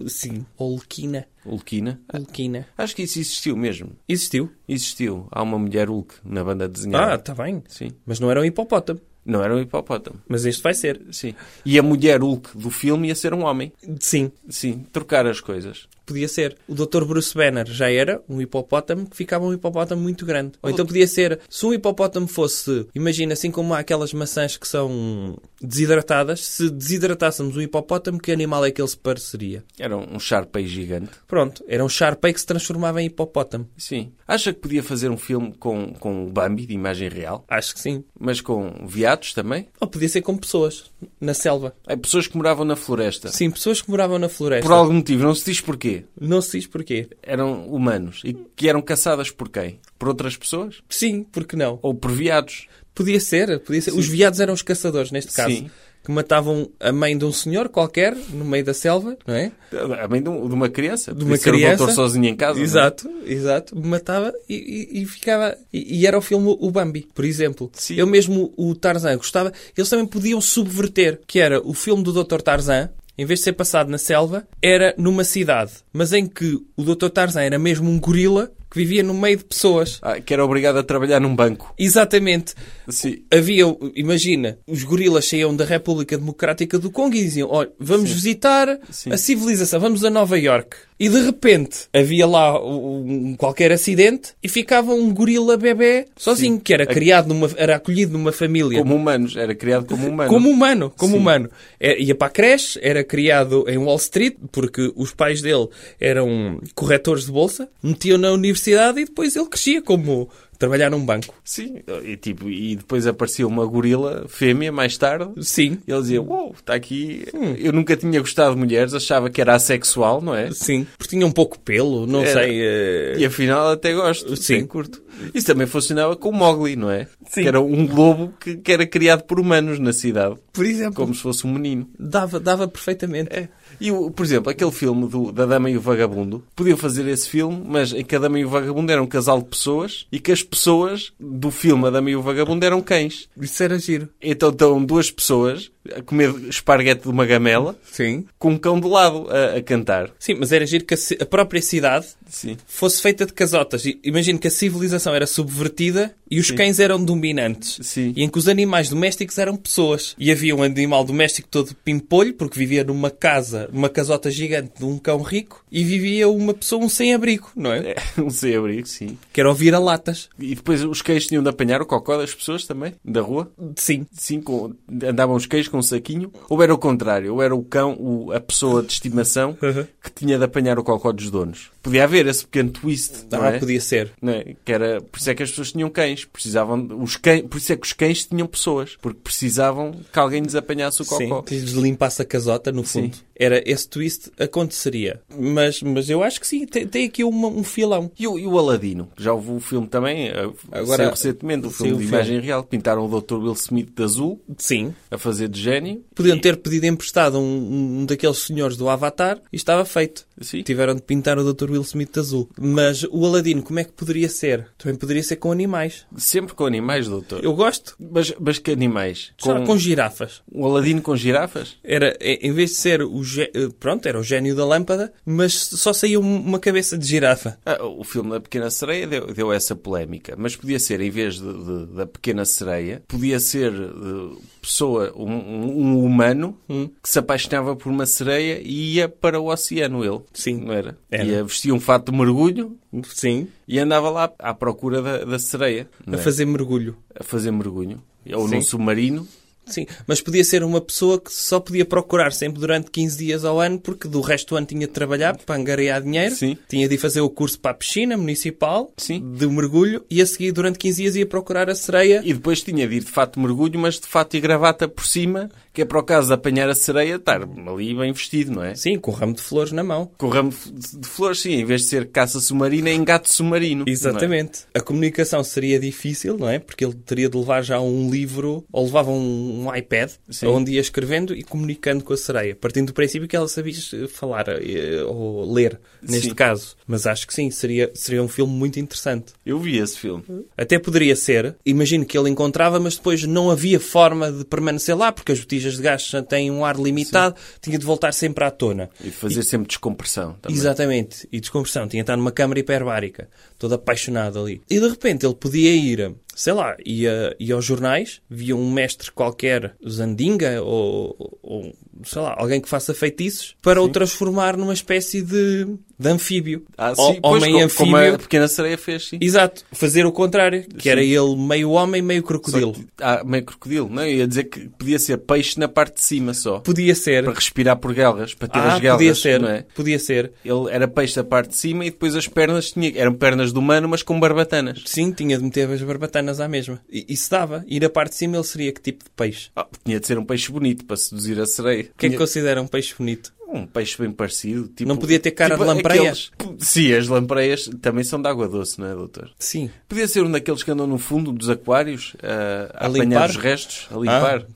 [SPEAKER 3] Sim. Ou Hulkina.
[SPEAKER 2] Ulquina.
[SPEAKER 3] Hulkina.
[SPEAKER 2] Acho que isso existiu mesmo.
[SPEAKER 3] Existiu.
[SPEAKER 2] Existiu. Há uma mulher Hulk na banda
[SPEAKER 3] Ah,
[SPEAKER 2] desenhada.
[SPEAKER 3] está bem.
[SPEAKER 2] Sim.
[SPEAKER 3] Mas não era um hipopótamo.
[SPEAKER 2] Não era um hipopótamo.
[SPEAKER 3] Mas este vai ser.
[SPEAKER 2] Sim. E a mulher Hulk do filme ia ser um homem.
[SPEAKER 3] Sim.
[SPEAKER 2] Sim. Trocar as coisas.
[SPEAKER 3] Podia ser. O Dr. Bruce Banner já era um hipopótamo que ficava um hipopótamo muito grande. Ou então podia ser, se um hipopótamo fosse, imagina, assim como há aquelas maçãs que são desidratadas, se desidratássemos um hipopótamo, que animal é que ele se pareceria?
[SPEAKER 2] Era um um Sharpei gigante.
[SPEAKER 3] Pronto, era um Sharpei que se transformava em hipopótamo.
[SPEAKER 2] Sim. Acha que podia fazer um filme com, com o Bambi, de imagem real,
[SPEAKER 3] Acho que sim.
[SPEAKER 2] mas com viados também?
[SPEAKER 3] Ou podia ser como pessoas, na selva.
[SPEAKER 2] É, pessoas que moravam na floresta.
[SPEAKER 3] Sim, pessoas que moravam na floresta.
[SPEAKER 2] Por algum motivo, não se diz porquê.
[SPEAKER 3] Não se diz porquê.
[SPEAKER 2] Eram humanos. E que eram caçadas por quem? Por outras pessoas?
[SPEAKER 3] Sim, porque não?
[SPEAKER 2] Ou por viados?
[SPEAKER 3] Podia ser, podia ser. Os viados eram os caçadores, neste caso.
[SPEAKER 2] Sim.
[SPEAKER 3] Que matavam a mãe de um senhor qualquer, no meio da selva, não é?
[SPEAKER 2] Também de, um- de uma criança.
[SPEAKER 3] De uma
[SPEAKER 2] Podia ser o
[SPEAKER 3] criança.
[SPEAKER 2] doutor sozinho em casa. não é?
[SPEAKER 3] Exato, exato. Matava e, e- e ficava. E, e era o filme O Bambi, por exemplo.
[SPEAKER 2] Sim.
[SPEAKER 3] Eu mesmo, o Tarzan, gostava. Eles também podiam subverter, que era o filme do Dr. Tarzan. Em vez de ser passado na selva, era numa cidade, mas em que o Dr. Tarzan era mesmo um gorila que vivia no meio de pessoas.
[SPEAKER 2] Ah, que era obrigado a trabalhar num banco.
[SPEAKER 3] Exatamente.
[SPEAKER 2] Sim.
[SPEAKER 3] havia, imagina, os gorilas saíam da República Democrática do Congo e diziam: olha, vamos visitar
[SPEAKER 2] Sim.
[SPEAKER 3] a civilização, vamos a Nova York. E de repente havia lá um, qualquer acidente e ficava um gorila bebê sozinho,
[SPEAKER 2] Sim.
[SPEAKER 3] que era
[SPEAKER 2] A-
[SPEAKER 3] criado numa, era acolhido numa família.
[SPEAKER 2] Como humanos. Era criado como humano.
[SPEAKER 3] Como um- humano, como
[SPEAKER 2] Sim.
[SPEAKER 3] humano. É, Ia para a creche, era criado em Wall Street, porque os pais dele eram corretores de bolsa, metiam na universidade e depois ele crescia como trabalhar num banco.
[SPEAKER 2] Sim. E, tipo, e depois aparecia uma gorila fêmea mais tarde.
[SPEAKER 3] Sim,
[SPEAKER 2] Ele dizia, uou, está aqui. Eu nunca tinha gostado de mulheres, achava que era assexual, não é?
[SPEAKER 3] Sim, porque tinha um pouco de pelo, não
[SPEAKER 2] Era.
[SPEAKER 3] sei. eh,
[SPEAKER 2] E afinal até gosto,
[SPEAKER 3] Sim.
[SPEAKER 2] sim, curto. Isso também funcionava com o Mowgli, não é?
[SPEAKER 3] Sim.
[SPEAKER 2] Que era um lobo que, que era criado por humanos na cidade,
[SPEAKER 3] Por exemplo,
[SPEAKER 2] como se fosse um menino.
[SPEAKER 3] dava, dava perfeitamente.
[SPEAKER 2] É. E, o- por exemplo, aquele filme do, da Dama e o Vagabundo, podiam fazer esse filme, mas em que a Dama e o Vagabundo era um casal de pessoas e que as pessoas do filme A Dama e o Vagabundo eram cães.
[SPEAKER 3] Isso era giro.
[SPEAKER 2] Então estão duas pessoas a comer esparguete de uma gamela
[SPEAKER 3] Sim.
[SPEAKER 2] com um cão de lado a, a cantar.
[SPEAKER 3] Sim, mas era giro que a, ci- a própria cidade
[SPEAKER 2] Sim.
[SPEAKER 3] fosse feita de casotas. I- Imagino que a civilização era subvertida e os cães eram dominantes.
[SPEAKER 2] Sim.
[SPEAKER 3] E em que os animais domésticos eram pessoas. E havia um animal doméstico todo pimpolho, porque vivia numa casa, uma casota gigante de um cão rico, e vivia uma pessoa, um sem-abrigo, não é?
[SPEAKER 2] É, um sem-abrigo, sim.
[SPEAKER 3] Que era o vira-latas.
[SPEAKER 2] E depois os cães tinham de apanhar o cocó das pessoas também, da rua.
[SPEAKER 3] Sim.
[SPEAKER 2] Sim, com- andavam os cães com um saquinho. Ou era o contrário, ou era o cão, o- a pessoa de estimação,
[SPEAKER 3] Uhum.
[SPEAKER 2] que tinha de apanhar o cocó dos donos. Podia haver esse pequeno twist, não,
[SPEAKER 3] Ah,
[SPEAKER 2] é?
[SPEAKER 3] podia ser.
[SPEAKER 2] Não é? Que era, por isso é que as pessoas tinham cães. Precisavam, de- os cães, por isso é que os cães tinham pessoas. Porque precisavam que alguém lhes apanhasse o
[SPEAKER 3] Sim,
[SPEAKER 2] cocó.
[SPEAKER 3] que lhes limpasse a casota, no fundo. Era esse twist, aconteceria. Mas, mas eu acho que sim, tem, tem aqui uma- um filão.
[SPEAKER 2] E o, e o Aladino? Já houve o filme também,
[SPEAKER 3] Agora-
[SPEAKER 2] Agora, saiu recentemente, o filme
[SPEAKER 3] saiu
[SPEAKER 2] de
[SPEAKER 3] o filme.
[SPEAKER 2] imagem real. Pintaram o Dr. Will Smith de azul,
[SPEAKER 3] Sim.
[SPEAKER 2] a fazer de gênio.
[SPEAKER 3] Podiam ter pedido emprestado um, um daqueles senhores do Avatar e estava feito.
[SPEAKER 2] Sim.
[SPEAKER 3] Tiveram de pintar o Dr. Will Smith de azul. Mas o Aladino, como é que poderia ser? Também poderia ser com animais.
[SPEAKER 2] Sempre com animais, doutor.
[SPEAKER 3] Eu gosto.
[SPEAKER 2] Mas, mas que animais?
[SPEAKER 3] Com, com girafas.
[SPEAKER 2] Um Aladino com girafas?
[SPEAKER 3] Era, é, em em vez de ser o... gé- eh, Pronto, era o gênio da lâmpada, mas só saía um- uma cabeça de girafa.
[SPEAKER 2] Ah, o filme da Pequena Sereia deu, deu essa polémica, mas podia ser, em vez de- de- da Pequena Sereia, podia ser eh, pessoa, um, um- um humano
[SPEAKER 3] Hum.
[SPEAKER 2] que se apaixonava por uma sereia e ia para o oceano, ele.
[SPEAKER 3] Sim.
[SPEAKER 2] Não era?
[SPEAKER 3] Era.
[SPEAKER 2] Ia, vestia um fato de mergulho
[SPEAKER 3] Sim.
[SPEAKER 2] e andava lá à procura da, da sereia.
[SPEAKER 3] A
[SPEAKER 2] não é?
[SPEAKER 3] fazer mergulho.
[SPEAKER 2] A fazer mergulho. Ou
[SPEAKER 3] Sim.
[SPEAKER 2] num submarino.
[SPEAKER 3] Sim, mas podia ser uma pessoa que só podia procurar sempre durante 15 dias ao ano, porque do resto do ano tinha de trabalhar para angariar dinheiro,
[SPEAKER 2] Sim.
[SPEAKER 3] tinha de ir fazer o curso para a piscina municipal,
[SPEAKER 2] Sim.
[SPEAKER 3] de mergulho, e a seguir, durante 15 dias, ia procurar a sereia.
[SPEAKER 2] E depois tinha de ir de fato mergulho, mas de fato e gravata por cima, que é para o caso de apanhar a sereia, estar ali bem vestido, não é?
[SPEAKER 3] Sim, com o ramo de flores na mão.
[SPEAKER 2] Com o ramo de de flores, sim, em vez de ser caça submarina, é engate submarino. não é?
[SPEAKER 3] Exatamente. A comunicação seria difícil, não é? Porque ele teria de levar já um livro, ou levava um, um iPad,
[SPEAKER 2] Sim.
[SPEAKER 3] onde ia escrevendo e comunicando com a sereia, partindo do princípio que ela sabia eh, falar, eh, ou ler, neste
[SPEAKER 2] Sim.
[SPEAKER 3] caso. Mas acho que sim, seria, seria um filme muito interessante.
[SPEAKER 2] Eu vi esse filme.
[SPEAKER 3] Até poderia ser. Imagino que ele encontrava, mas depois não havia forma de permanecer lá, porque as botijas de gás já têm um ar limitado, tinha de voltar sempre à tona.
[SPEAKER 2] E fazer sempre descompressão também.
[SPEAKER 3] Exatamente. E descompressão. Tinha de estar numa câmara hiperbárica, todo apaixonado ali. E de repente ele podia ir, sei lá, ia, ia aos jornais, via um mestre qualquer, Zandinga, ou, ou sei lá, alguém que faça feitiços, para o transformar numa espécie de de anfíbio.
[SPEAKER 2] Ah,
[SPEAKER 3] Ho-
[SPEAKER 2] sim, pois,
[SPEAKER 3] homem
[SPEAKER 2] co-
[SPEAKER 3] anfíbio.
[SPEAKER 2] Como é- a pequena sereia fez, sim.
[SPEAKER 3] Exato. Fazer o contrário. Que era ele meio homem, meio crocodilo.
[SPEAKER 2] Só que- Ah, meio crocodilo. Não, eu ia dizer que podia ser peixe na parte de cima só.
[SPEAKER 3] Podia ser.
[SPEAKER 2] Para respirar por guelras, para ter
[SPEAKER 3] Ah,
[SPEAKER 2] as guelras,
[SPEAKER 3] podia ser.
[SPEAKER 2] não é?
[SPEAKER 3] Podia ser.
[SPEAKER 2] Ele era peixe da parte de cima e depois as pernas tinha, eram pernas de humano, mas com barbatanas.
[SPEAKER 3] Sim, tinha de meter as barbatanas à mesma. E, e se dava. E na parte de cima ele seria que tipo de peixe?
[SPEAKER 2] Ah, tinha de ser um peixe bonito para seduzir a sereia.
[SPEAKER 3] O que é que
[SPEAKER 2] Tinha-
[SPEAKER 3] considera um peixe bonito?
[SPEAKER 2] Um peixe bem parecido. Tipo,
[SPEAKER 3] Não podia ter cara
[SPEAKER 2] tipo
[SPEAKER 3] de lampreias?
[SPEAKER 2] aqueles- Sim, as lampreias também são de água doce, não é, doutor?
[SPEAKER 3] Sim.
[SPEAKER 2] Podia ser um daqueles que andam no fundo dos aquários ah, a,
[SPEAKER 3] A
[SPEAKER 2] apanhar
[SPEAKER 3] limpar?
[SPEAKER 2] os restos, a limpar.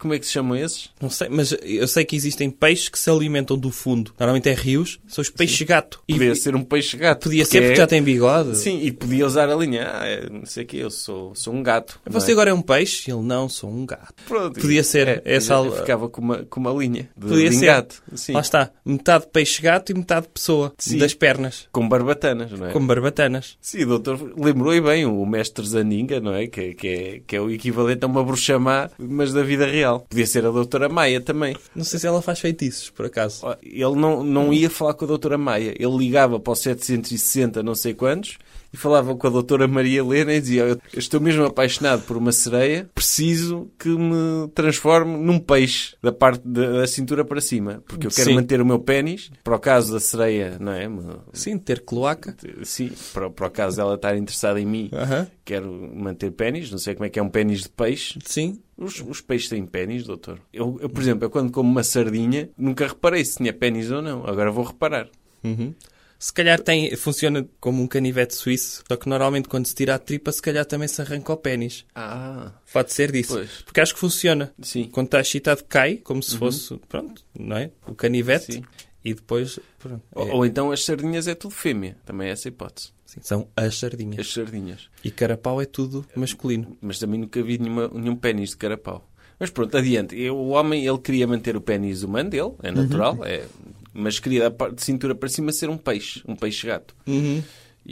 [SPEAKER 2] Como é que se chamam esses?
[SPEAKER 3] Não sei, mas eu sei que existem peixes que se alimentam do fundo. Normalmente é rios. São os peixes-gato. E
[SPEAKER 2] Podia
[SPEAKER 3] e-
[SPEAKER 2] ser um peixe gato.
[SPEAKER 3] podia ser porque
[SPEAKER 2] é-
[SPEAKER 3] já tem bigode.
[SPEAKER 2] Sim, e podia usar a linha. Ah, é, não sei o que, eu sou, sou um gato. não é?
[SPEAKER 3] Você agora é um peixe? Ele não, sou um gato.
[SPEAKER 2] Pronto,
[SPEAKER 3] podia ser essa
[SPEAKER 2] eu
[SPEAKER 3] al-
[SPEAKER 2] é, Ficava com uma, com uma linha de,
[SPEAKER 3] Podia
[SPEAKER 2] de
[SPEAKER 3] ser.
[SPEAKER 2] gato. Sim.
[SPEAKER 3] Lá está. Metade peixe-gato e metade pessoa.
[SPEAKER 2] Sim.
[SPEAKER 3] Das pernas.
[SPEAKER 2] Com barbatanas, não é?
[SPEAKER 3] Como barbatanas.
[SPEAKER 2] Sim, doutor, lembrou e bem o mestre Zaninga, não é? Que, que é? que é o equivalente a uma bruxa má, mas da vida real. Podia ser a doutora Maia também.
[SPEAKER 3] Não sei se ela faz feitiços, por acaso.
[SPEAKER 2] Ó, Ele não, não ia falar com a doutora Maia. Ele ligava para o 760 não sei quantos e falava com a doutora Maria Helena e dizia "Ó, eu estou mesmo apaixonado por uma sereia, preciso que me transforme num peixe da parte da, da cintura para cima, porque eu quero
[SPEAKER 3] Sim.
[SPEAKER 2] manter o meu pênis, para o caso da sereia, não é? Me-
[SPEAKER 3] Sim, ter cloaca.
[SPEAKER 2] Sim, para, para o caso dela estar interessada em mim,
[SPEAKER 3] Aham.
[SPEAKER 2] quero manter pênis. Não sei como é que é um pênis de peixe.
[SPEAKER 3] Sim.
[SPEAKER 2] Os, os peixes têm pênis, doutor? Eu, eu, por exemplo, eu quando como uma sardinha, nunca reparei se tinha pênis ou não. Agora vou reparar.
[SPEAKER 3] Uhum. Se calhar tem, funciona como um canivete suíço, só que normalmente quando se tira a tripa, se calhar também se arranca o pênis.
[SPEAKER 2] Ah,
[SPEAKER 3] Pode ser disso.
[SPEAKER 2] Pois.
[SPEAKER 3] Porque acho que funciona.
[SPEAKER 2] sim.
[SPEAKER 3] Quando está excitado, cai, como se fosse, pronto, não é? O canivete.
[SPEAKER 2] Uhum. Sim.
[SPEAKER 3] E depois, pronto.
[SPEAKER 2] Ou,
[SPEAKER 3] é,
[SPEAKER 2] ou então as sardinhas é tudo fêmea. Também é essa a hipótese.
[SPEAKER 3] sim, assim. são as sardinhas.
[SPEAKER 2] As sardinhas.
[SPEAKER 3] E carapau é tudo masculino.
[SPEAKER 2] Mas também nunca vi nenhuma, nenhum pênis de carapau. Mas pronto, adiante. Eu- o homem, ele queria manter o pênis humano dele,
[SPEAKER 3] Uhum.
[SPEAKER 2] é natural, é, mas queria da parte de cintura para cima ser um peixe, um peixe-gato.
[SPEAKER 3] Uhum.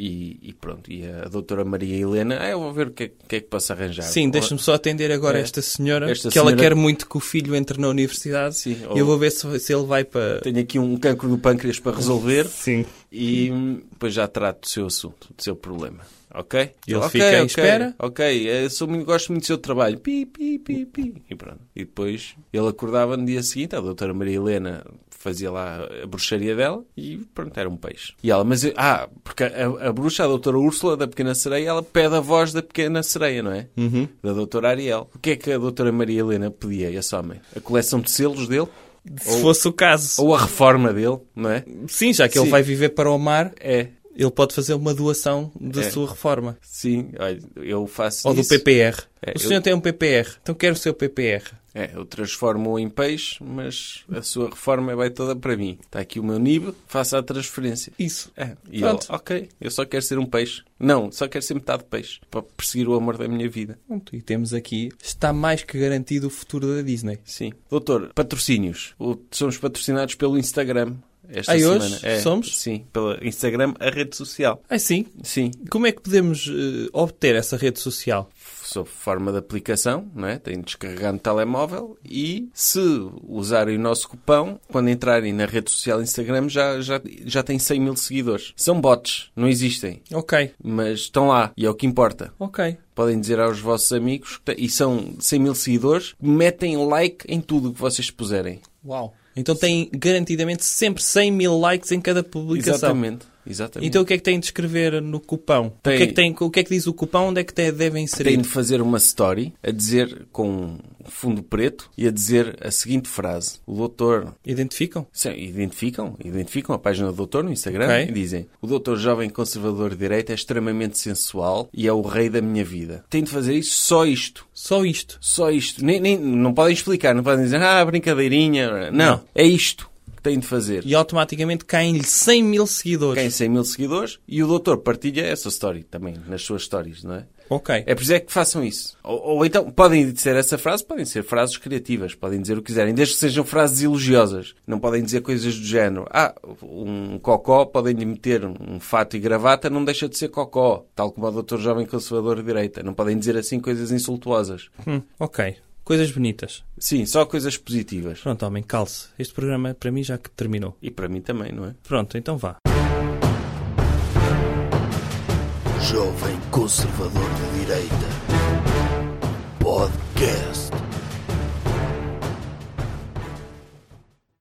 [SPEAKER 2] E, e pronto, e a doutora Maria Helena, ah, eu vou ver o que, é- o que é que posso arranjar.
[SPEAKER 3] Sim,
[SPEAKER 2] Ou-
[SPEAKER 3] deixa-me só atender agora
[SPEAKER 2] É.
[SPEAKER 3] esta senhora,
[SPEAKER 2] Esta
[SPEAKER 3] que ela
[SPEAKER 2] senhora-
[SPEAKER 3] quer muito que o filho entre na universidade.
[SPEAKER 2] Sim,
[SPEAKER 3] e
[SPEAKER 2] ou-
[SPEAKER 3] eu vou ver se, se ele vai para...
[SPEAKER 2] Tenho aqui um cancro do pâncreas para resolver
[SPEAKER 3] Sim.
[SPEAKER 2] e hum, depois já trato do seu assunto, do seu problema. Ok?
[SPEAKER 3] Ele
[SPEAKER 2] Ok,
[SPEAKER 3] fica em
[SPEAKER 2] ok,
[SPEAKER 3] espera.
[SPEAKER 2] Ok, eu sou muito- gosto muito do seu trabalho. Pi, pi, pi, pi. E pronto. E depois ele acordava no dia seguinte, a doutora Maria Helena fazia lá a bruxaria dela e pronto, era um peixe. E ela, mas... eu- Ah, porque a, a bruxa, a doutora Úrsula da Pequena Sereia, ela pede a voz da Pequena Sereia, não é?
[SPEAKER 3] Uhum.
[SPEAKER 2] Da doutora Ariel. O que é que a doutora Maria Helena pedia a esse homem? A coleção de selos dele?
[SPEAKER 3] Se fosse o caso.
[SPEAKER 2] Ou a reforma dele, não é?
[SPEAKER 3] Sim, já que ele
[SPEAKER 2] Sim.
[SPEAKER 3] vai viver para o mar,
[SPEAKER 2] É,
[SPEAKER 3] ele pode fazer uma doação da
[SPEAKER 2] É.
[SPEAKER 3] sua reforma.
[SPEAKER 2] sim, olha, eu faço
[SPEAKER 3] Ou
[SPEAKER 2] isso.
[SPEAKER 3] do PPR.
[SPEAKER 2] É,
[SPEAKER 3] o
[SPEAKER 2] eu-
[SPEAKER 3] senhor tem um PPR, então quero o seu PPR.
[SPEAKER 2] É, eu transformo-o em peixe, mas a sua reforma vai toda para mim. Está aqui o meu NIB, faça a transferência.
[SPEAKER 3] Isso.
[SPEAKER 2] É, e
[SPEAKER 3] Pronto.
[SPEAKER 2] ele, ok, eu só quero ser um peixe. Não, só quero ser metade peixe, para perseguir o amor da minha vida.
[SPEAKER 3] Pronto, e temos aqui, está mais que garantido o futuro da Disney.
[SPEAKER 2] Sim. Doutor, patrocínios. O- somos patrocinados pelo Instagram esta
[SPEAKER 3] Ai,
[SPEAKER 2] semana.
[SPEAKER 3] Ah, hoje?
[SPEAKER 2] É,
[SPEAKER 3] Somos?
[SPEAKER 2] Sim, pelo Instagram, a rede social.
[SPEAKER 3] Ah, sim.
[SPEAKER 2] Sim,
[SPEAKER 3] Como é que podemos eh, obter essa rede social?
[SPEAKER 2] sob forma de aplicação, não é? Tem de descarregar no telemóvel e se usarem o nosso cupão, quando entrarem na rede social Instagram já, já, já tem 100 mil seguidores. São bots, não existem,
[SPEAKER 3] Ok,
[SPEAKER 2] mas estão lá e é o que importa.
[SPEAKER 3] ok.
[SPEAKER 2] Podem dizer aos vossos amigos, que te- e são 100 mil seguidores, metem like em tudo o que vocês puserem.
[SPEAKER 3] Uau. Então tem garantidamente sempre 100 mil likes em cada publicação.
[SPEAKER 2] Exatamente. Exatamente.
[SPEAKER 3] Então o que é que tem de escrever no cupão?
[SPEAKER 2] Tem-
[SPEAKER 3] O, que é que tem, o que é que diz o cupão? Onde é que te- devem inserir?
[SPEAKER 2] Tem de fazer uma story a dizer com fundo preto e a dizer a seguinte frase. O doutor
[SPEAKER 3] Identificam?
[SPEAKER 2] Sim, identificam, identificam a página do doutor no Instagram
[SPEAKER 3] Ok.
[SPEAKER 2] e dizem o doutor jovem conservador de direita é extremamente sensual e é o rei da minha vida. Tem de fazer isso, só isto.
[SPEAKER 3] Só isto.
[SPEAKER 2] Só isto. Nem, nem- não podem explicar, não podem dizer, ah, brincadeirinha. Não,
[SPEAKER 3] Não.
[SPEAKER 2] é isto que tem de fazer.
[SPEAKER 3] E automaticamente caem-lhe 100 mil seguidores.
[SPEAKER 2] Tem 100 mil seguidores e o doutor partilha essa story também, nas suas stories, não é?
[SPEAKER 3] Ok.
[SPEAKER 2] É por isso é que façam isso. Ou, ou então, podem dizer essa frase, podem ser frases criativas, podem dizer o que quiserem, desde que sejam frases elogiosas. Não podem dizer coisas do género. Ah, um cocó, podem-lhe meter um fato e gravata, não deixa de ser cocó. Tal como o Dr. Jovem Conservador de Direita. Não podem dizer assim coisas insultuosas.
[SPEAKER 3] Hum, ok. Coisas bonitas.
[SPEAKER 2] Sim, só coisas positivas.
[SPEAKER 3] Pronto, homem, calce. Este programa, para mim, já que terminou.
[SPEAKER 2] E para mim também, não é?
[SPEAKER 3] Pronto, então vá.
[SPEAKER 1] jovem conservador de direita. Podcast.